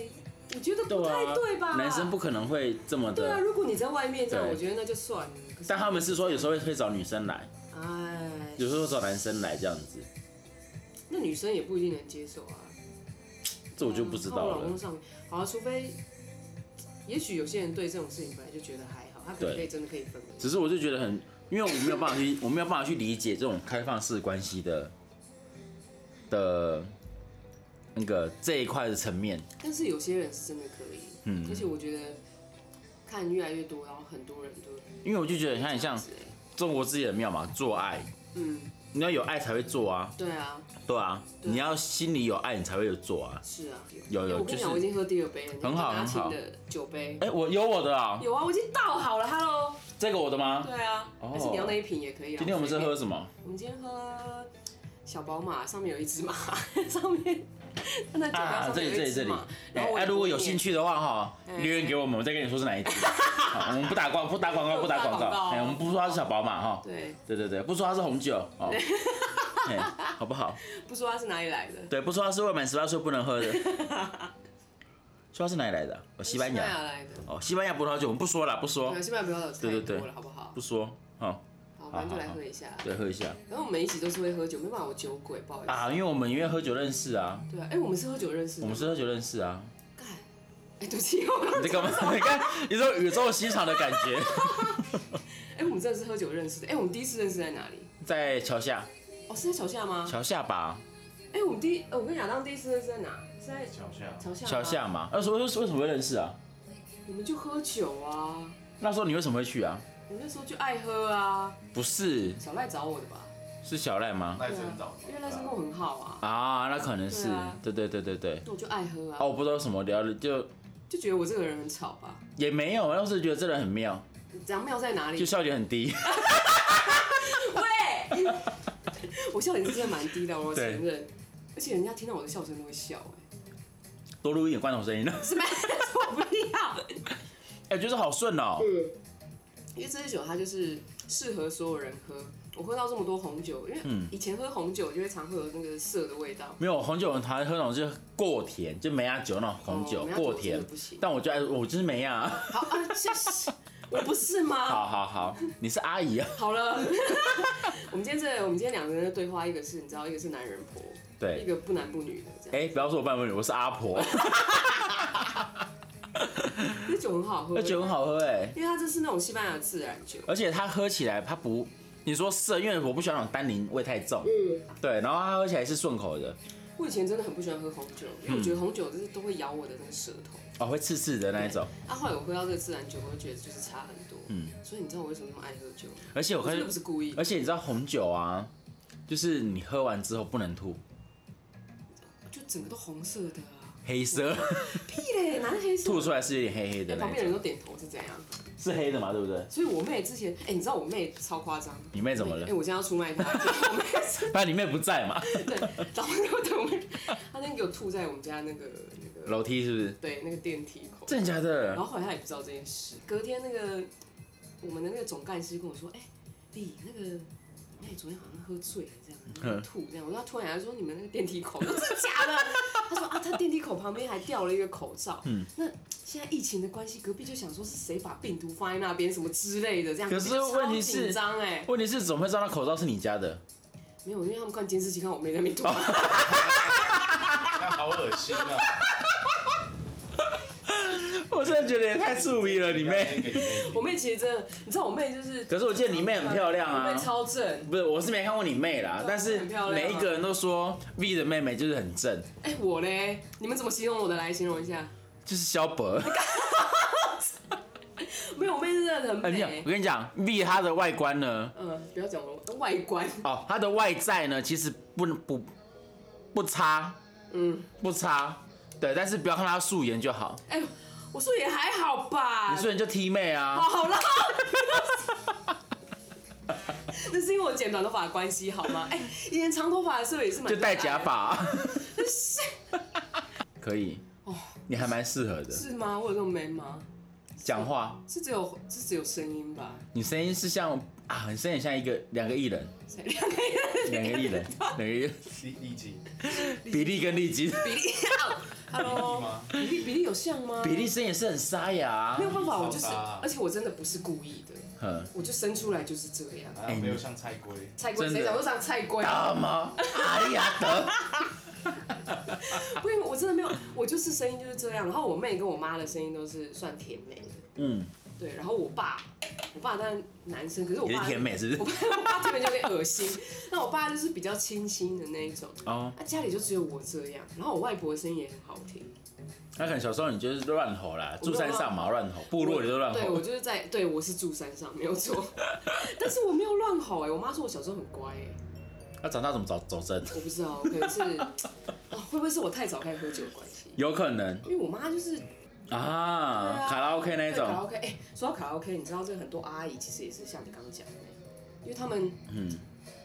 [SPEAKER 1] 我觉得不
[SPEAKER 2] 对
[SPEAKER 1] 太
[SPEAKER 2] 啊，
[SPEAKER 1] 对吧？
[SPEAKER 2] 男生不可能会这么
[SPEAKER 1] 对啊，
[SPEAKER 2] 的，
[SPEAKER 1] 如果你在外面这样，
[SPEAKER 2] 对
[SPEAKER 1] 我觉得那就算了。可是
[SPEAKER 2] 但他们是说有时候会会找女生来，
[SPEAKER 1] 哎，
[SPEAKER 2] 有时候找男生来这样子，
[SPEAKER 1] 那女生也不一定能接受啊。
[SPEAKER 2] 这我就不知
[SPEAKER 1] 看我
[SPEAKER 2] 道
[SPEAKER 1] 老公
[SPEAKER 2] 了。
[SPEAKER 1] 上面，好、啊，除非，也许有些人对这种事情本来就觉得还好，他可能
[SPEAKER 2] 对
[SPEAKER 1] 可以真的可以分开。
[SPEAKER 2] 只是我就觉得很，因为我没有办法去，我没有办法去理解这种开放式关系的的那个这一块的层面。
[SPEAKER 1] 但是有些人是真的可以，嗯，而且我觉得看越来越多，然后很多人都
[SPEAKER 2] 因为我就觉得很
[SPEAKER 1] 这样
[SPEAKER 2] 像
[SPEAKER 1] 子欸
[SPEAKER 2] 中国自己的庙嘛，做爱，
[SPEAKER 1] 嗯，
[SPEAKER 2] 你要有爱才会做啊，
[SPEAKER 1] 对啊，
[SPEAKER 2] 对啊，
[SPEAKER 1] 对
[SPEAKER 2] 你要心里有爱，你才会有做啊。
[SPEAKER 1] 是啊，
[SPEAKER 2] 有有
[SPEAKER 1] 我跟你
[SPEAKER 2] 就
[SPEAKER 1] 讲，
[SPEAKER 2] 是
[SPEAKER 1] 我已经喝第二杯了，
[SPEAKER 2] 很好
[SPEAKER 1] 拿
[SPEAKER 2] 很
[SPEAKER 1] 起
[SPEAKER 2] 好
[SPEAKER 1] 你的酒杯。
[SPEAKER 2] 哎、我有我的啊，
[SPEAKER 1] 有啊，我已经倒好了，Hello。
[SPEAKER 2] 这个我的吗？
[SPEAKER 1] 对啊，
[SPEAKER 2] 哦
[SPEAKER 1] 但是你要那一瓶也可以啊。
[SPEAKER 2] 今天我们是
[SPEAKER 1] 随便
[SPEAKER 2] 喝，什么？
[SPEAKER 1] 我们今天喝小宝马，上面有一只马， 上面它那酒标
[SPEAKER 2] 啊，
[SPEAKER 1] 上
[SPEAKER 2] 这
[SPEAKER 1] 面
[SPEAKER 2] 里这
[SPEAKER 1] 有一
[SPEAKER 2] 里这
[SPEAKER 1] 只
[SPEAKER 2] 里
[SPEAKER 1] 马。。然后我
[SPEAKER 2] 哎、
[SPEAKER 1] 也不
[SPEAKER 2] 如果有
[SPEAKER 1] 会
[SPEAKER 2] 兴
[SPEAKER 1] 念，
[SPEAKER 2] 趣的话哈，
[SPEAKER 1] 哎
[SPEAKER 2] 留言给我们，我再跟你说是哪 一只。好我们不打广不打广告不打广
[SPEAKER 1] 不打广告
[SPEAKER 2] 告，哎、我们不说它是小宝马哈。
[SPEAKER 1] 对，
[SPEAKER 2] 对对对，不说它是红酒哦， 哎好不好？
[SPEAKER 1] 不说它是哪里来的。
[SPEAKER 2] 对，不说它是未满十八岁不能 喝的。说它是哪里来的啊？哦，西班牙。
[SPEAKER 1] 来的。
[SPEAKER 2] 哦，西班牙葡萄酒我们不说了，不说
[SPEAKER 1] 对，西班牙不要有
[SPEAKER 2] 对
[SPEAKER 1] 太
[SPEAKER 2] 对
[SPEAKER 1] 多
[SPEAKER 2] 对
[SPEAKER 1] 了，好不好
[SPEAKER 2] 不？说。哦，
[SPEAKER 1] 好，反正就来
[SPEAKER 2] 好
[SPEAKER 1] 喝一下。
[SPEAKER 2] 对，喝一下
[SPEAKER 1] 然后我们一起都是会喝酒，没办法，我酒鬼，不好意思。
[SPEAKER 2] 啊，因为我们因为喝酒认识啊，
[SPEAKER 1] 对啊，哎，我们是喝酒认识的。
[SPEAKER 2] 我们是喝酒认识啊。
[SPEAKER 1] 干，哎，对不起，我刚
[SPEAKER 2] 你这干 嘛？你看，你这种宇宙心肠的感觉，
[SPEAKER 1] 哎、我们真的是喝酒认识的。哎、我们第一次认识在哪里？
[SPEAKER 2] 在桥下，
[SPEAKER 1] 哦，是在桥下吗？
[SPEAKER 2] 桥下吧，
[SPEAKER 1] 哎、我们第一，呃我跟亚当第一次认识在哪？是在
[SPEAKER 3] 桥下
[SPEAKER 1] 桥下。
[SPEAKER 2] 桥。下嘛。那时候为什么会认识啊？
[SPEAKER 1] 我们就喝酒啊，
[SPEAKER 2] 那时候你为什么会去啊？
[SPEAKER 1] 我们那时候就爱喝啊。
[SPEAKER 2] 不是，
[SPEAKER 1] 小赖找我的吧？啊
[SPEAKER 2] 是小赖吗？
[SPEAKER 3] 赖声找
[SPEAKER 1] 因为赖声跟我很好啊，
[SPEAKER 2] 啊，那可能是
[SPEAKER 1] 对啊，
[SPEAKER 2] 对对对对对。
[SPEAKER 1] 那我就爱喝啊
[SPEAKER 2] 啊，，我不知道为什么聊的，就
[SPEAKER 1] 就觉得我这个人很吵吧。
[SPEAKER 2] 也没有，要是觉得这人很妙，
[SPEAKER 1] 然后妙在哪
[SPEAKER 2] 就
[SPEAKER 1] 里？
[SPEAKER 2] 笑点很低。
[SPEAKER 1] 喂， 我笑点是真的蛮低的，我
[SPEAKER 2] 对
[SPEAKER 1] 承认。而且人家听到我的笑声都会笑、欸
[SPEAKER 2] 多录一点罐 头声音呢，
[SPEAKER 1] 哎，是吗？我不要。
[SPEAKER 2] 哎，就是好顺哦。
[SPEAKER 1] 因为这支酒它就是适合所有人喝。我喝到这么多红酒，因为
[SPEAKER 2] 嗯
[SPEAKER 1] 以前喝红酒就会常会有那个涩的味道，
[SPEAKER 2] 没有红酒，我常喝那种就是过甜，就梅亚酒那种红
[SPEAKER 1] 哦
[SPEAKER 2] 酒
[SPEAKER 1] 梅亚
[SPEAKER 2] 过
[SPEAKER 1] 真
[SPEAKER 2] 甜
[SPEAKER 1] 的不行。
[SPEAKER 2] 但我就爱，我就是 梅亚。
[SPEAKER 1] 好啊，谢谢。我不是吗？
[SPEAKER 2] 好好好，你是阿姨啊？
[SPEAKER 1] 好了， 我们今天这我们今天两个人的对话，一个是你知道，一个是男人婆，一
[SPEAKER 2] 对。
[SPEAKER 1] 个不男不女的这样。
[SPEAKER 2] 哎，不要说我半文女，我是阿 婆。
[SPEAKER 1] 这酒很好喝，
[SPEAKER 2] 那哎酒很，好喝哎，
[SPEAKER 1] 因为它这是那种西班牙的自然酒。
[SPEAKER 2] 而且它喝起来它不，你说涩，因为我不喜欢那种单宁味太重。
[SPEAKER 1] 嗯
[SPEAKER 2] 对，然后它喝起来是顺口的，
[SPEAKER 1] 我以前真的很不喜欢喝红酒，因为我觉得红酒就是都会咬我的那个舌头。
[SPEAKER 2] 哦，会刺刺的嗯那一种。
[SPEAKER 1] 啊，后来我喝到这个自然酒，我就觉得就是差很多。嗯，所以你知道我为什么那么爱喝酒吗？
[SPEAKER 2] 而且我
[SPEAKER 1] 我真的
[SPEAKER 2] 看
[SPEAKER 1] 不，是故意的
[SPEAKER 2] 而且你知道红酒啊，就是你喝完之后不能吐，
[SPEAKER 1] 整个都红色的啊！
[SPEAKER 2] 黑色
[SPEAKER 1] 屁嘞，哪是黑色？
[SPEAKER 2] 吐出来是有点黑黑的
[SPEAKER 1] 哎，旁
[SPEAKER 2] 那
[SPEAKER 1] 边人都
[SPEAKER 2] 种，
[SPEAKER 1] 点头是怎样？
[SPEAKER 2] 是黑的嘛，对不对？
[SPEAKER 1] 所以我妹之前，哎、你知道我妹超夸张。
[SPEAKER 2] 你妹怎么了
[SPEAKER 1] 哎、？我现在要出卖她。 就是我妹是
[SPEAKER 2] 不然你妹不在嘛？
[SPEAKER 1] 对， 然后我对我妹，她那天给我吐在我们家那个那个
[SPEAKER 2] 楼梯是不是？
[SPEAKER 1] 对那个电梯口。
[SPEAKER 2] 真的假
[SPEAKER 1] 然
[SPEAKER 2] 的？
[SPEAKER 1] 后后来她也不知道这件事。隔天那个我们的那个总干事跟我说，哎、李那个。哎，昨天好像喝醉了，这样然
[SPEAKER 2] 嗯
[SPEAKER 1] 后吐这样。我说她突然来说你们那个电梯口，我说 真的假的？她说啊，她电梯口旁边还掉了一个口罩。嗯，那现在疫情的关系，隔壁就想说是谁把病毒放在那边什么之类的，这样。
[SPEAKER 2] 可是
[SPEAKER 1] 隔壁就超
[SPEAKER 2] 问题是
[SPEAKER 1] 紧张哎，
[SPEAKER 2] 问题是怎么会知道那口罩是你家的？
[SPEAKER 1] 没有，因为他们看监视器，看我妹在那边
[SPEAKER 2] 哦
[SPEAKER 1] 吐，
[SPEAKER 3] 那好恶心啊！
[SPEAKER 2] 我真的觉得也太刺鼻了，你妹。
[SPEAKER 1] 我妹其实真的，你知道我妹就是，
[SPEAKER 2] 可是我记得你妹很漂亮
[SPEAKER 1] 我妹
[SPEAKER 2] 啊。
[SPEAKER 1] 超正。
[SPEAKER 2] 不是，我是没看过你妹啦，但是
[SPEAKER 1] 很漂亮啊
[SPEAKER 2] 每一个人都说 V 的妹妹就是很正，
[SPEAKER 1] 哎、我嘞，你们怎么形容我的？来形容一下。
[SPEAKER 2] 就是萧伯。
[SPEAKER 1] 哎没有，我妹是真的很
[SPEAKER 2] 哎你讲，
[SPEAKER 1] 美。
[SPEAKER 2] 我跟你讲，V 她的外观呢，
[SPEAKER 1] 嗯，不要讲我外观，
[SPEAKER 2] 哦，她的外在呢，其实不不不差，
[SPEAKER 1] 嗯，
[SPEAKER 2] 不差，对，但是不要看她素颜就好，
[SPEAKER 1] 哎、我说也还好吧。
[SPEAKER 2] 你素颜就 T 妹
[SPEAKER 1] 哦，
[SPEAKER 2] 啊，
[SPEAKER 1] 好了。 那是因为我剪短头发的关系，好吗？哎、以前长头发的时候也是蛮
[SPEAKER 2] 就戴假
[SPEAKER 1] 发，
[SPEAKER 2] 发 啊，可以，
[SPEAKER 1] 哦，
[SPEAKER 2] 你还蛮适合的，
[SPEAKER 1] 是吗？我有那么美吗？
[SPEAKER 2] 讲话，
[SPEAKER 1] 是只有是只有声音吧？
[SPEAKER 2] 你声音是像啊，你声音很像一个两个艺人，
[SPEAKER 1] 才两个人
[SPEAKER 2] 两个艺人，两个艺人，
[SPEAKER 3] 立立即
[SPEAKER 2] 比利跟丽姬，
[SPEAKER 1] 比例，Hello，
[SPEAKER 3] 吗？
[SPEAKER 1] 比例比例有像吗？
[SPEAKER 2] 比利声也是很沙哑啊
[SPEAKER 1] 没，有办法，我就是
[SPEAKER 3] 好吧，
[SPEAKER 1] 而且我真的不是故意的，
[SPEAKER 2] 嗯，
[SPEAKER 1] 我就生出来就是这样。
[SPEAKER 3] 啊，没有像菜龟，
[SPEAKER 1] 菜龟
[SPEAKER 2] 真的
[SPEAKER 1] 谁讲都长菜龟，
[SPEAKER 2] 大吗？阿利亚德，啊
[SPEAKER 1] 不因为我真的没有，我就是声音就是这样。然后我妹跟我妈的声音都是算甜美的，
[SPEAKER 2] 嗯，
[SPEAKER 1] 对。然后我爸，我爸当然男生，可是我
[SPEAKER 2] 也是
[SPEAKER 1] 爸
[SPEAKER 2] 甜，美是
[SPEAKER 1] 我
[SPEAKER 2] 不是？
[SPEAKER 1] 爸我爸这边就有点恶心。那我爸就是比较清新的那一种，
[SPEAKER 2] 哦，
[SPEAKER 1] 啊，家里就只有我这样。然后我外婆的声音也很好听，
[SPEAKER 2] 那可能小时候你就是乱吼啦，住山上嘛乱吼，部落里都乱
[SPEAKER 1] 对
[SPEAKER 2] 吼
[SPEAKER 1] 我。就是在，对我是住山上没有错， 但是我没有乱吼哎、我妈说我小时候很乖哎、
[SPEAKER 2] 那长大怎么走走真？
[SPEAKER 1] 我不知道，可能是啊，会不会是我太早开始喝酒的关系？
[SPEAKER 2] 有可能
[SPEAKER 1] 因为我妈就是
[SPEAKER 2] 啊，卡拉 OK 那一
[SPEAKER 1] 对卡拉
[SPEAKER 2] 种，
[SPEAKER 1] OK，哎、说到卡拉 OK，你知道这很多阿姨其实也是像你刚刚讲的那样，因为他们
[SPEAKER 2] 嗯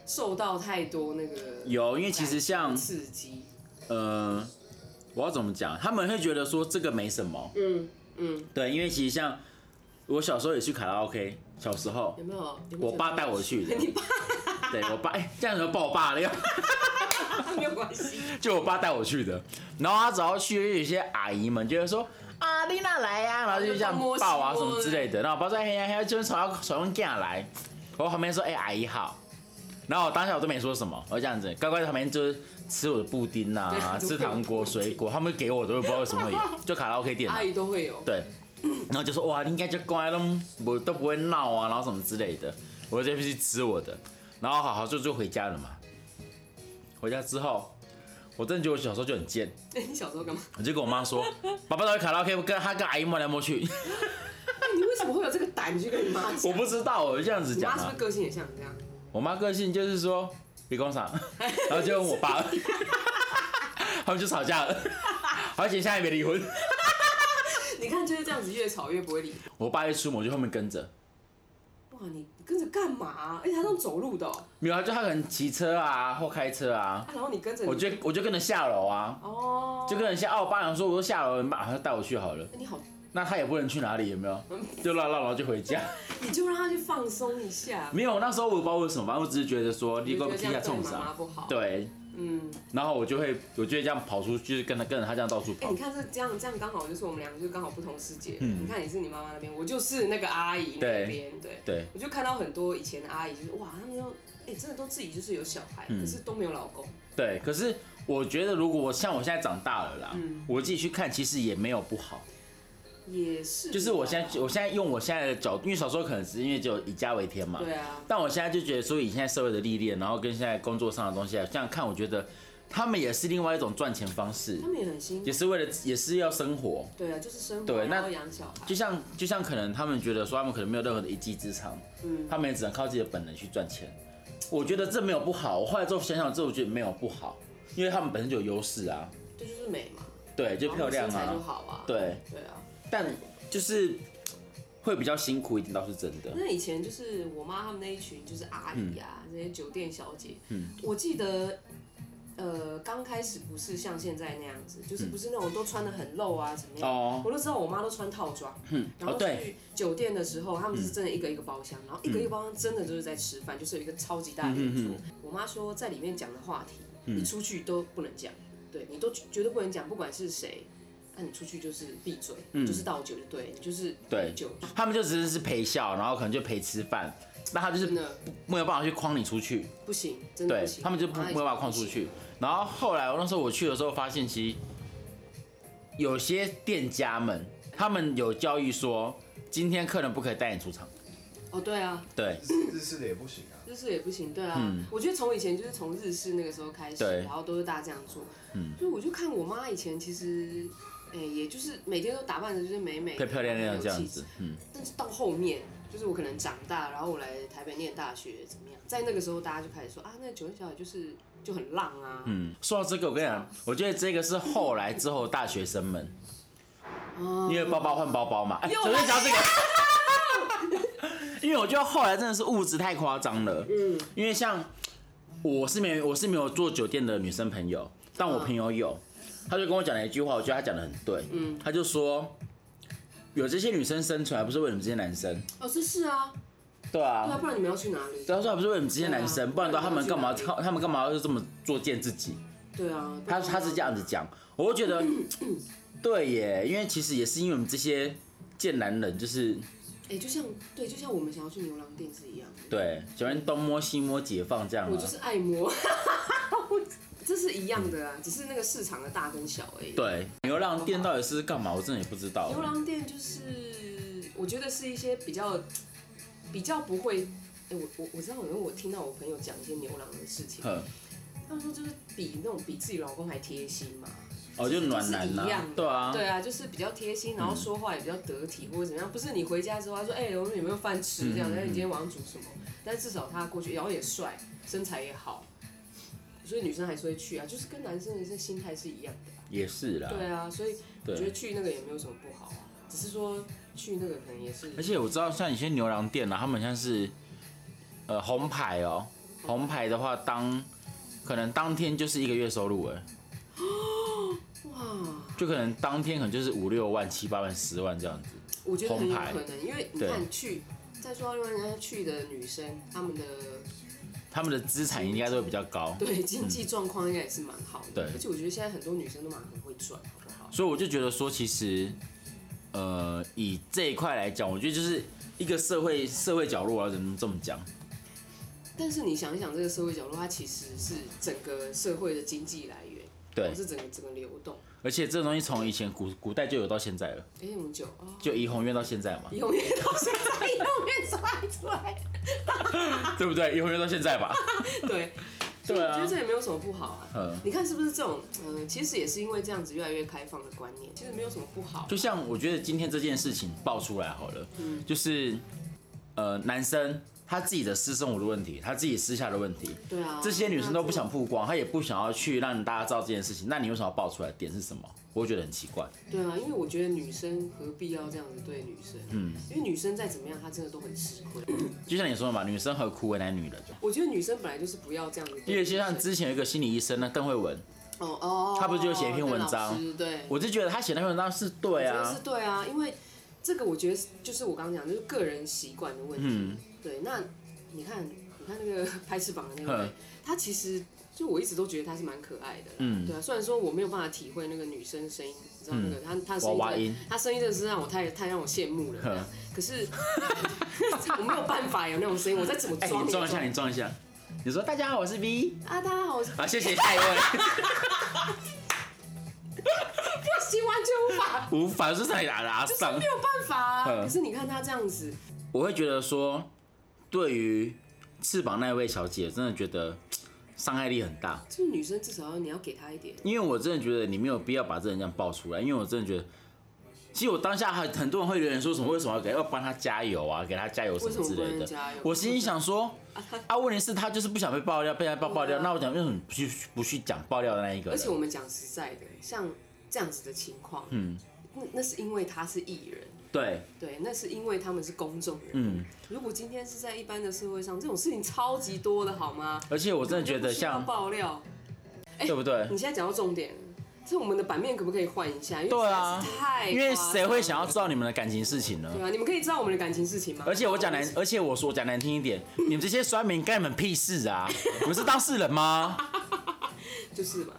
[SPEAKER 1] 受到太多那个
[SPEAKER 2] 有，因为哎其实像
[SPEAKER 1] 刺激，
[SPEAKER 2] 呃，我要怎么讲？他们会觉得说这个没什么，
[SPEAKER 1] 嗯嗯，
[SPEAKER 2] 对，因为其实像我小时候也去卡拉 OK，小时候
[SPEAKER 1] 有没有？有没有
[SPEAKER 2] 我爸带我去的，
[SPEAKER 1] 你爸
[SPEAKER 2] 对我爸， 哎、这样子就爆我爸了，
[SPEAKER 1] 没有关系，
[SPEAKER 2] 就我爸带我去的。然后他只要去，有些阿姨们就会说。啊，丽娜来呀、然后就这样抱啊什么之类的。然后我爸说：“哎呀，哎呀，就是从从用架来。”我旁边说：“哎、阿姨好。”然后我当下我都没说什么，我就这样子乖乖在旁边就是吃我的布丁啊，
[SPEAKER 1] 对
[SPEAKER 2] 吃糖果、水果，他们给我都不知道为什么而已，就卡拉 OK 店嘛
[SPEAKER 1] 阿姨都会有，
[SPEAKER 2] 对，然后就说哇，你应该就乖了，我都不会闹啊，然后什么之类的，我就去吃我的，然后好好就就回家了嘛。回家之后，我真的觉得我小时候就很贱，
[SPEAKER 1] 哎、你小时候干嘛？
[SPEAKER 2] 我就跟我妈说，爸爸到底卡拉 OK 跟他跟阿姨摸来摸去，
[SPEAKER 1] 哎、你为什么会有这个胆去跟你妈讲？
[SPEAKER 2] 我不知道，我就这样子
[SPEAKER 1] 你
[SPEAKER 2] 讲
[SPEAKER 1] 妈是不
[SPEAKER 2] 啊
[SPEAKER 1] 是。个性也像你这样？
[SPEAKER 2] 我妈个性就是说别工厂，然后就问我爸， 他们就吵架了，而且现在也没离婚。
[SPEAKER 1] 你看就是这样子，越吵越不会理。
[SPEAKER 2] 我爸一出门我就后面跟着，
[SPEAKER 1] 哇，你跟着干嘛、啊哎而且他都走路的、哦
[SPEAKER 2] 没有啊，就他可能骑车啊或开车啊，
[SPEAKER 1] 啊，然后你跟着你，
[SPEAKER 2] 我就我就跟着下楼啊，
[SPEAKER 1] 哦，
[SPEAKER 2] 就跟人下哦，我爸娘说我都下楼了，你马上带我去好了。
[SPEAKER 1] 哎你好，
[SPEAKER 2] 那他也不能去哪里，有没有？就绕绕，然后就回家。
[SPEAKER 1] 你就让他去放松一下。
[SPEAKER 2] 没有，那时候我也不知道为什么，反正我只是觉得说
[SPEAKER 1] 你
[SPEAKER 2] 你给
[SPEAKER 1] 觉
[SPEAKER 2] 我
[SPEAKER 1] 得
[SPEAKER 2] 踢
[SPEAKER 1] 这
[SPEAKER 2] 下
[SPEAKER 1] 样对
[SPEAKER 2] 冲
[SPEAKER 1] 妈妈
[SPEAKER 2] 啥，
[SPEAKER 1] 不好？
[SPEAKER 2] 对。
[SPEAKER 1] 嗯，
[SPEAKER 2] 然后我就会，我就会这样跑出去，就是跟着跟着他这样到处
[SPEAKER 1] 哎、
[SPEAKER 2] 跑
[SPEAKER 1] 你。看这这样这样刚好就是我们两个就刚好不同世界。你看你是你妈妈那边，我就是那个阿姨那边，对。
[SPEAKER 2] 嗯对，
[SPEAKER 1] 我就看到很多以前的阿姨，就是哇，他们都哎、真的都自己就是有小孩，
[SPEAKER 2] 嗯
[SPEAKER 1] 可是都没有老公。
[SPEAKER 2] 对。可是我觉得，如果我像我现在长大了啦
[SPEAKER 1] 嗯，
[SPEAKER 2] 我自己去看，其实也没有不好。
[SPEAKER 1] 也是啊，
[SPEAKER 2] 就是我现在，我现在用我现在的角度，因为小时候可能是因为只有以家为天嘛，
[SPEAKER 1] 对啊，
[SPEAKER 2] 但我现在就觉得，说以现在社会的历练，然后跟现在工作上的东西来这样看，我觉得他们也是另外一种赚钱方式
[SPEAKER 1] 他，们也很辛苦
[SPEAKER 2] 也。是为了也是要生活。
[SPEAKER 1] 对啊，就是生活，
[SPEAKER 2] 对那
[SPEAKER 1] 然后养小孩
[SPEAKER 2] 就。像就像可能他们觉得说他们可能没有任何的一技之长，
[SPEAKER 1] 嗯
[SPEAKER 2] 他们也只能靠自己的本能去赚钱。我觉得这没有不好，我后来之后想想之后，我觉得没有不好，因为他们本身就有优势啊。
[SPEAKER 1] 这就是美嘛，
[SPEAKER 2] 对，就漂亮
[SPEAKER 1] 然后身材就
[SPEAKER 2] 啊，
[SPEAKER 1] 好啊，
[SPEAKER 2] 对，
[SPEAKER 1] 对啊。
[SPEAKER 2] 但就是会比较辛苦一点，倒是真的。
[SPEAKER 1] 那以前就是我妈他们那一群，就是阿姨啊，
[SPEAKER 2] 嗯
[SPEAKER 1] 这些酒店小姐。我记得，呃，刚开始不是像现在那样子，就是不是那种都穿的很露啊，怎么样？
[SPEAKER 2] 嗯哦，
[SPEAKER 1] 我都知道我妈都穿套装，然
[SPEAKER 2] 哦
[SPEAKER 1] 后
[SPEAKER 2] 对
[SPEAKER 1] 去酒店的时候，他们
[SPEAKER 2] 嗯
[SPEAKER 1] 是真的一个一个包厢，然后一个一个包厢真的就是在吃饭，就是有一个超级大的
[SPEAKER 2] 嗯
[SPEAKER 1] 圆桌。我妈说在里面讲的话题，你出去都不能讲，对你都绝对不能讲，不管是谁，那你出去就是闭嘴，就是倒酒就对，你就是
[SPEAKER 2] 嗯对
[SPEAKER 1] 酒，
[SPEAKER 2] 他们就只是是陪笑，然后可能就陪吃饭，那他就是
[SPEAKER 1] 真的
[SPEAKER 2] 没有办法去框你出去，
[SPEAKER 1] 不行，真的
[SPEAKER 2] 对
[SPEAKER 1] 不行，
[SPEAKER 2] 他们就不
[SPEAKER 1] 我妈
[SPEAKER 2] 没
[SPEAKER 1] 以前
[SPEAKER 2] 有办法框出去。然后后来我那时候我去的时候发现，其实有些店家们他们有教育说，今天客人不可以带你出场，
[SPEAKER 1] 哦，对啊，
[SPEAKER 2] 对
[SPEAKER 3] 日式的也不行啊。
[SPEAKER 1] 日式也不行，对啊。我觉得从以前就是从日式那个时候开始，
[SPEAKER 2] 嗯对
[SPEAKER 1] 然后都是大家这样做。嗯，所以我就看我妈以前其实，哎、也就是每天都打扮的就是美美
[SPEAKER 2] 漂
[SPEAKER 1] 的、
[SPEAKER 2] 漂亮亮这
[SPEAKER 1] 很有
[SPEAKER 2] 样
[SPEAKER 1] 气质
[SPEAKER 2] 子。，嗯，
[SPEAKER 1] 但是到后面，就是我可能长大，然后我来台北念大学，怎么样？在那个时候，大家就开始说啊，那个酒店小姐就是就很浪啊，
[SPEAKER 2] 嗯，说到这个，我跟你讲，我觉得这个是后来之后大学生们，因为包包换包包嘛。哎、
[SPEAKER 1] 哦又
[SPEAKER 2] 怎么会 讲到这个？因为我觉得后来真的是物质太夸张了。嗯，因为像我是没有我是没有做酒店的女生朋友，但我朋友有，他就跟我讲了一句话，我觉得他讲的很对。嗯，他就说有这些女生生存，还不是为你们这些男生？
[SPEAKER 1] 哦，这是啊，
[SPEAKER 2] 对啊，
[SPEAKER 1] 对啊，不然你们要去哪里？
[SPEAKER 2] 对啊，他说还不是为你们这些男
[SPEAKER 1] 对
[SPEAKER 2] 生，
[SPEAKER 1] 啊
[SPEAKER 2] 不然的话他们干嘛
[SPEAKER 1] 不然你要
[SPEAKER 2] 他们干嘛要这么作践自己？
[SPEAKER 1] 对啊，
[SPEAKER 2] 他他是这样子讲，我会 觉得对耶，因为其实也是因为我们这些贱男人，就是
[SPEAKER 1] 哎、就像对，就像我们想要去牛郎店是一样的。
[SPEAKER 2] 对喜欢东摸西摸解放这样、
[SPEAKER 1] 我
[SPEAKER 2] 啊
[SPEAKER 1] 就，是爱摸， 这是一样的啊，只是那个市场的大跟小而已。，
[SPEAKER 2] 对牛郎店到底是干嘛？我真的也不知道。
[SPEAKER 1] 牛郎店就是我觉得是一些比较比较不会，哎、我我我知道，因为我听到我朋友讲一些牛郎的事情，
[SPEAKER 2] 哼，
[SPEAKER 1] 他们说就是比那种比自己老公还贴心嘛，
[SPEAKER 2] 哦，就暖男
[SPEAKER 1] 就是一
[SPEAKER 2] 呐、
[SPEAKER 1] 样的
[SPEAKER 2] 对啊，
[SPEAKER 1] 对啊，就是比较贴心，然后说话也比较得体或者怎么样，不是你回家之后他说，哎、我们有没有饭吃这样，
[SPEAKER 2] 嗯
[SPEAKER 1] 然后你今天晚上煮什么？但至少他过去，哎然后也帅，身材也好，所以女生还是会去啊，就是跟男生的这心态是一样的啊。
[SPEAKER 2] 也是啦，
[SPEAKER 1] 对啊，所以我觉得
[SPEAKER 2] 对。
[SPEAKER 1] 去那个也没有什么不好啊，只是说去那个可能也是
[SPEAKER 2] 而且我知道像有些牛郎店啊，他们像是呃红牌哦，红牌的话当可能当天就是一个月收入哎，
[SPEAKER 1] 哇，
[SPEAKER 2] 就可能当天可能就是五六万、七八万、十万这样子。
[SPEAKER 1] 我觉得很
[SPEAKER 2] 红
[SPEAKER 1] 有
[SPEAKER 2] 牌
[SPEAKER 1] 可能，因为你
[SPEAKER 2] 对
[SPEAKER 1] 看去，再说到另外人家去的女生，她们的
[SPEAKER 2] 他们的资产应该都会比较高，
[SPEAKER 1] 对经济状况应该也是蛮好的，
[SPEAKER 2] 嗯对
[SPEAKER 1] 而且我觉得现在很多女生都蛮很会赚，好不好？
[SPEAKER 2] 所以我就觉得说，其实，呃，以这一块来讲，我觉得就是一个社会社会角落啊，怎么这么讲？
[SPEAKER 1] 但是你想一想，这个社会角落，它其实是整个社会的经济来源，
[SPEAKER 2] 对，
[SPEAKER 1] 是整个整个流动。
[SPEAKER 2] 而且这个东西从以前古古代就有到现在了，
[SPEAKER 1] 哎、我们酒啊，
[SPEAKER 2] 就怡红院到现在嘛，
[SPEAKER 1] 永远到现在，永远拽出来。
[SPEAKER 2] 对不对？怡红院到现在吧，
[SPEAKER 1] 对，所以
[SPEAKER 2] 对
[SPEAKER 1] 我觉
[SPEAKER 2] 啊
[SPEAKER 1] 得，这也没有什么不好啊。
[SPEAKER 2] 嗯，
[SPEAKER 1] 你看是不是这种？嗯、其实也是因为这样子越来越开放的观念，其实没有什么不好。
[SPEAKER 2] 就像我觉得今天这件事情爆出来好了，就是，呃，男生他自己的私生活的问题，他自己私下的问题，
[SPEAKER 1] 对啊，
[SPEAKER 2] 这些女生都不想曝光，她也不想要去让大家知道这件事情，那你为什么要爆出来？点是什么？我会觉得很奇怪。
[SPEAKER 1] 对啊，因为我觉得女生何必要这样子对女生？嗯，因为女生再怎么样，她真的都很吃亏。
[SPEAKER 2] 就像你说的嘛，女生何苦为难女人？
[SPEAKER 1] 我觉得女生本来就是不要这样子对女生。
[SPEAKER 2] 因为就像之前有一个心理医生呢，邓慧文，
[SPEAKER 1] 哦哦，
[SPEAKER 2] 她不是就写一篇文章
[SPEAKER 1] 对老师对，
[SPEAKER 2] 我就觉得她写那篇文章是对
[SPEAKER 1] 真的
[SPEAKER 2] 啊
[SPEAKER 1] 是，对啊，因为这个我觉得是就是我刚刚讲，就是个人习惯的问题。
[SPEAKER 2] 嗯
[SPEAKER 1] 对，那你看，你看那个拍翅膀的那位
[SPEAKER 2] 哼，
[SPEAKER 1] 她其实就我一直都觉得她是蛮可爱的啦。
[SPEAKER 2] 嗯
[SPEAKER 1] 对啊，虽然说我没有办法体会那个女生声音，你知道那个她她的声
[SPEAKER 2] 娃娃
[SPEAKER 1] 音
[SPEAKER 2] 音嗯
[SPEAKER 1] 真的，她声音真的是让我太太让我羡慕了这样。可是 我没有办法有那种声音，我再怎么
[SPEAKER 2] 哎、
[SPEAKER 1] 装
[SPEAKER 2] 你
[SPEAKER 1] 也装
[SPEAKER 2] 装一下，你装一下，你说大家好，我是 V，
[SPEAKER 1] 啊，大家好，我是
[SPEAKER 2] 好，谢谢下一位，
[SPEAKER 1] 不喜欢就无法，
[SPEAKER 2] 无法是在哪拉
[SPEAKER 1] 就是
[SPEAKER 2] 上
[SPEAKER 1] 没，有办法啊。
[SPEAKER 2] 嗯
[SPEAKER 1] 可是你看她这样子，
[SPEAKER 2] 我会觉得说，对于翅膀那位小姐，真的觉得伤害力很大，
[SPEAKER 1] 就是女生至少要你要给她一点。
[SPEAKER 2] 因为我真的觉得你没有必要把这人这样爆出来，因为我真的觉得其实我当下很很多人会留言说什么为什么要给要帮他加油啊，给他加油什么之
[SPEAKER 1] 为什
[SPEAKER 2] 类
[SPEAKER 1] 么不能
[SPEAKER 2] 的
[SPEAKER 1] 加油。
[SPEAKER 2] 我心里想说，啊，问题是他就是不想被爆料，被他爆爆
[SPEAKER 1] 对
[SPEAKER 2] 料，
[SPEAKER 1] 啊
[SPEAKER 2] 那我讲为什么不去不去讲爆料的那一个
[SPEAKER 1] 而
[SPEAKER 2] 人？
[SPEAKER 1] 且我们讲实在的，像这样子的情况，嗯，那那是因为他是艺人，
[SPEAKER 2] 对，
[SPEAKER 1] 对，那是因为他们是公众人。
[SPEAKER 2] 嗯，
[SPEAKER 1] 如果今天是在一般的社会上，这种事情超级多的，好吗？
[SPEAKER 2] 而且我真的觉
[SPEAKER 1] 都
[SPEAKER 2] 得
[SPEAKER 1] 不需要
[SPEAKER 2] 像，
[SPEAKER 1] 爆料，哎
[SPEAKER 2] 对不对？
[SPEAKER 1] 你现在讲到重点了，这我们的版面可不可以换一下？因为
[SPEAKER 2] 对啊
[SPEAKER 1] 实在是太
[SPEAKER 2] 因为谁会想要
[SPEAKER 1] 夸
[SPEAKER 2] 知道你们的感情事情
[SPEAKER 1] 张了？
[SPEAKER 2] 呢？
[SPEAKER 1] 对啊，你们可以知道我们的感情事情吗？
[SPEAKER 2] 而且我讲难，
[SPEAKER 1] 嗯
[SPEAKER 2] 而且我说我讲难听一点，你们这些酸民干你们屁事啊！你们是当事人吗？
[SPEAKER 1] 就是嘛，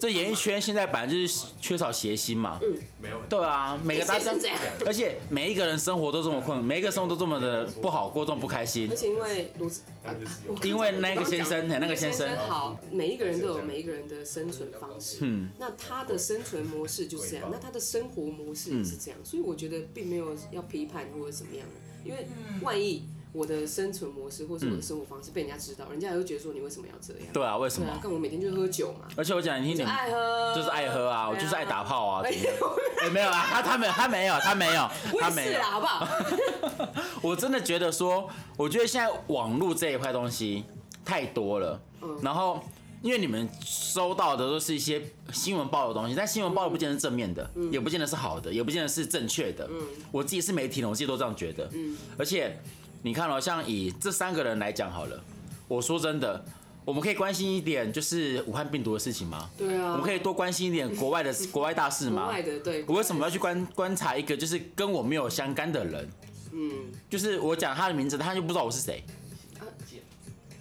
[SPEAKER 2] 这演艺圈现在本来就是缺少谐星嘛。
[SPEAKER 3] 没有很
[SPEAKER 2] 对啊，每个大家
[SPEAKER 1] 是这样。
[SPEAKER 2] 而且每一个人生活都这么困，每一个生活都这么的不好过，这么不开心
[SPEAKER 1] 而。且因为卢志，啊
[SPEAKER 3] 他们就是有
[SPEAKER 2] 因为那个先生，那
[SPEAKER 1] 那
[SPEAKER 2] 个先生，
[SPEAKER 1] 好，每一个人都有每一个人的生存方式。
[SPEAKER 2] 嗯，
[SPEAKER 1] 那他的生存模式就是这样，那他的生活模式也是这
[SPEAKER 2] 嗯
[SPEAKER 1] 样，所以我觉得并没有要批判或者怎么样的，因为万一我的生存模式或是我的生活方式被人家知道，人家也会觉得说你为什么要这样？
[SPEAKER 2] 对啊，为什
[SPEAKER 1] 对啊，
[SPEAKER 2] 么？
[SPEAKER 1] 看我每天就喝酒嘛，
[SPEAKER 2] 而且我讲你听，你
[SPEAKER 1] 就
[SPEAKER 2] 们
[SPEAKER 1] 爱喝，
[SPEAKER 2] 就是爱喝啊，我就是爱打炮啊，
[SPEAKER 1] 哎
[SPEAKER 2] 怎么
[SPEAKER 1] 呀。
[SPEAKER 2] 样？哎， 没有啊，他他没有，他没有，他没有，
[SPEAKER 1] 我
[SPEAKER 2] 他
[SPEAKER 1] 也
[SPEAKER 2] 没
[SPEAKER 1] 是
[SPEAKER 2] 有
[SPEAKER 1] 啦，。好 不好？
[SPEAKER 2] 我真的觉得说，我觉得现在网络这一块东西太多了，
[SPEAKER 1] 嗯
[SPEAKER 2] 然后因为你们收到的都是一些新闻报的东西，但新闻报的不见得是正面的，
[SPEAKER 1] 嗯
[SPEAKER 2] 也不见得是好的，也不见得是正确的。我自己是媒体人，我自己都这样觉得。
[SPEAKER 1] 嗯
[SPEAKER 2] 而且你看哦，像以这三个人来讲好了，我说真的。我们可以关心一点，就是武汉病毒的事情吗？
[SPEAKER 1] 对啊
[SPEAKER 2] 我们可以多关心一点国 外的国外大事吗？
[SPEAKER 1] 国外的对，
[SPEAKER 2] 我为什么要去观观察一个就是跟我没有相干的人？嗯，就是我讲他的名字，他就不知道我是谁。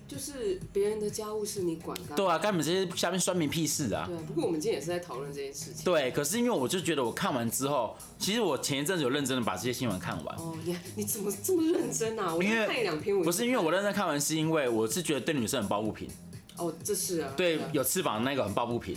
[SPEAKER 1] 就是别人的家务事你管干嘛？
[SPEAKER 2] 对啊，干你们这些下面酸民屁事啊！
[SPEAKER 1] 对啊，不过我们今天也是在讨论这件事情。
[SPEAKER 2] 对，可是因为我就觉得我看完之后，其实我前一阵子有认真的把这些新闻看完，
[SPEAKER 1] 哦， 你你怎么这么认真啊？我就
[SPEAKER 2] 因为
[SPEAKER 1] 看了两篇文，
[SPEAKER 2] 不是因为我认真看完，是因为我是觉得对女生很抱不平，
[SPEAKER 1] 哦，这是啊，
[SPEAKER 2] 对
[SPEAKER 1] 啊
[SPEAKER 2] 有翅膀的那个很抱不平，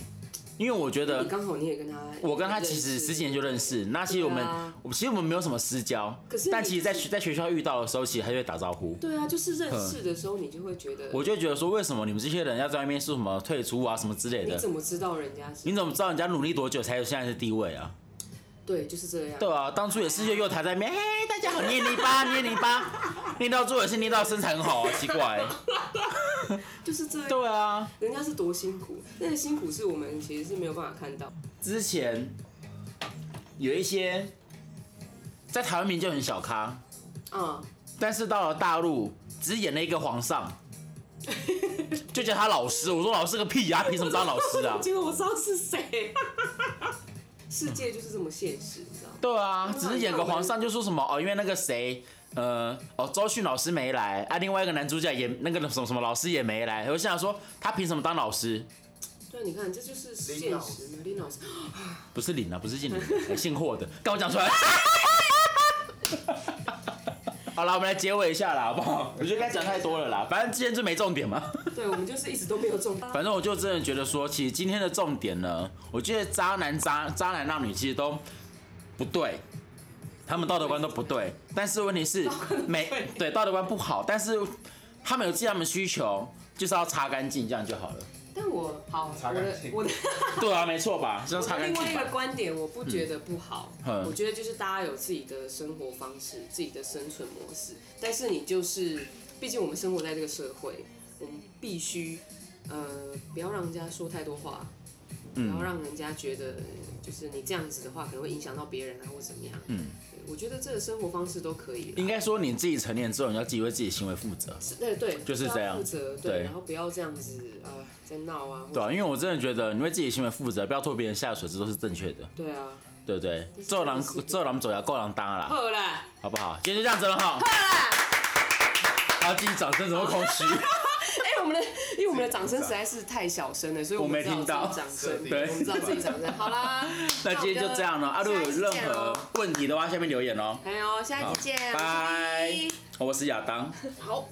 [SPEAKER 2] 因为我觉
[SPEAKER 1] 那
[SPEAKER 2] 得
[SPEAKER 1] 你刚好你也跟他，
[SPEAKER 2] 我跟他其实十几年就认识，那其实我们、
[SPEAKER 1] 对啊
[SPEAKER 2] 我其实我们没有什么私交
[SPEAKER 1] 可是，你
[SPEAKER 2] 但其实在学在学校遇到的时候，其实还会打招呼。
[SPEAKER 1] 对啊，就是认识的时候你就会觉得，
[SPEAKER 2] 嗯我就觉得说，为什么你们这些人要在外面说什么退出啊什么之类
[SPEAKER 1] 你
[SPEAKER 2] 的？
[SPEAKER 1] 怎么知道人家是？
[SPEAKER 2] 你怎么知道人家努力多久才有现在的地位啊？
[SPEAKER 1] 对，就是这样。
[SPEAKER 2] 对啊，当初也是又又台在面，嘿，大家好，捏泥巴，捏泥巴，捏到最后也是捏到身材很好啊，奇怪、
[SPEAKER 1] 就是这样。
[SPEAKER 2] 对啊，
[SPEAKER 1] 人家是多辛苦，那个辛苦是我们其实是没有办法看到。
[SPEAKER 2] 之前有一些在台湾名就很小咖，
[SPEAKER 1] 啊、
[SPEAKER 2] 但是到了大陆只演了一个皇上，就叫他老师。我说老师个屁啊，凭什么当老师
[SPEAKER 1] ？
[SPEAKER 2] 啊
[SPEAKER 1] 结果我知道是谁。世界就是这么现实，你知道吗？
[SPEAKER 2] 对啊，只是演个皇上就说什么哦，因为那个谁，呃，哦，周迅老师没来啊，另外一个男主角也那个什么什么老师也没来，我就想说他凭什么当老师？
[SPEAKER 1] 对，啊你看，这就是现实
[SPEAKER 3] 林老
[SPEAKER 1] 嘛。林老师，
[SPEAKER 2] 不是领啊，不是姓领的， 哎姓霍的，跟我讲出来。 好了，我们来结尾一下啦，好不好？我觉得该讲太多了啦，反正今天就没重点嘛。
[SPEAKER 1] 对我们就是一直都没有中。
[SPEAKER 2] 反正我就真的觉得说，其实今天的重点呢，我觉得渣男渣渣男让女其实都不对，他们道德观都不对。但是问题是，每对道德观不好，但是他们有自己他们的需求，就是要擦干净，这样就好了。
[SPEAKER 1] 但我好，我
[SPEAKER 3] 擦干
[SPEAKER 1] 的
[SPEAKER 3] 净
[SPEAKER 1] 我的
[SPEAKER 2] 对啊，没错吧？就是要
[SPEAKER 1] 我
[SPEAKER 2] 擦
[SPEAKER 1] 的
[SPEAKER 2] 干
[SPEAKER 1] 另
[SPEAKER 2] 净
[SPEAKER 1] 外一
[SPEAKER 2] 吧
[SPEAKER 1] 个。观点，我不觉得不好，
[SPEAKER 2] 嗯
[SPEAKER 1] 我觉得就是大家有自己的生活方式、自己的生存模式，但是你就是，毕竟我们生活在这个社会，我们必须，呃，不要让人家说太多话，不
[SPEAKER 2] 嗯
[SPEAKER 1] 要让人家觉得就是你这样子的话可能会影响到别人啊或怎么样。嗯，我觉得这个生活方式都可以啦。
[SPEAKER 2] 应该说你自己成年之后，你要自己为自己的行为负责。
[SPEAKER 1] 是对对，
[SPEAKER 2] 就是
[SPEAKER 1] 要
[SPEAKER 2] 这样
[SPEAKER 1] 负责
[SPEAKER 2] 对
[SPEAKER 1] 对，然后不要这样子呃在闹啊，或
[SPEAKER 2] 对啊，因为我真的觉得你为自己的行为负责，不要拖别人下水，这都是正确的，
[SPEAKER 1] 对啊，
[SPEAKER 2] 对不对？做狼做狼走呀，够狼当啦，
[SPEAKER 1] 好啦，
[SPEAKER 2] 好不好？今天就这样子了
[SPEAKER 1] 好
[SPEAKER 2] 哈。
[SPEAKER 1] 啦，
[SPEAKER 2] 然后自己掌声怎么空 虚？
[SPEAKER 1] 哎、我们的因为我们的掌声实在是太小声了，所以我们
[SPEAKER 2] 我没听
[SPEAKER 1] 知道
[SPEAKER 2] 到
[SPEAKER 1] 自己掌声，
[SPEAKER 2] 对
[SPEAKER 1] 我们知道自己掌声。好啦，
[SPEAKER 2] 那今天就这样了。啊，如果有任
[SPEAKER 1] 下一集见
[SPEAKER 2] 何
[SPEAKER 1] 哦哎
[SPEAKER 2] 问题的话，下面留言哦。
[SPEAKER 1] 还有下一集见，
[SPEAKER 2] 拜
[SPEAKER 1] 拜。
[SPEAKER 2] 我是亚当。
[SPEAKER 1] 好。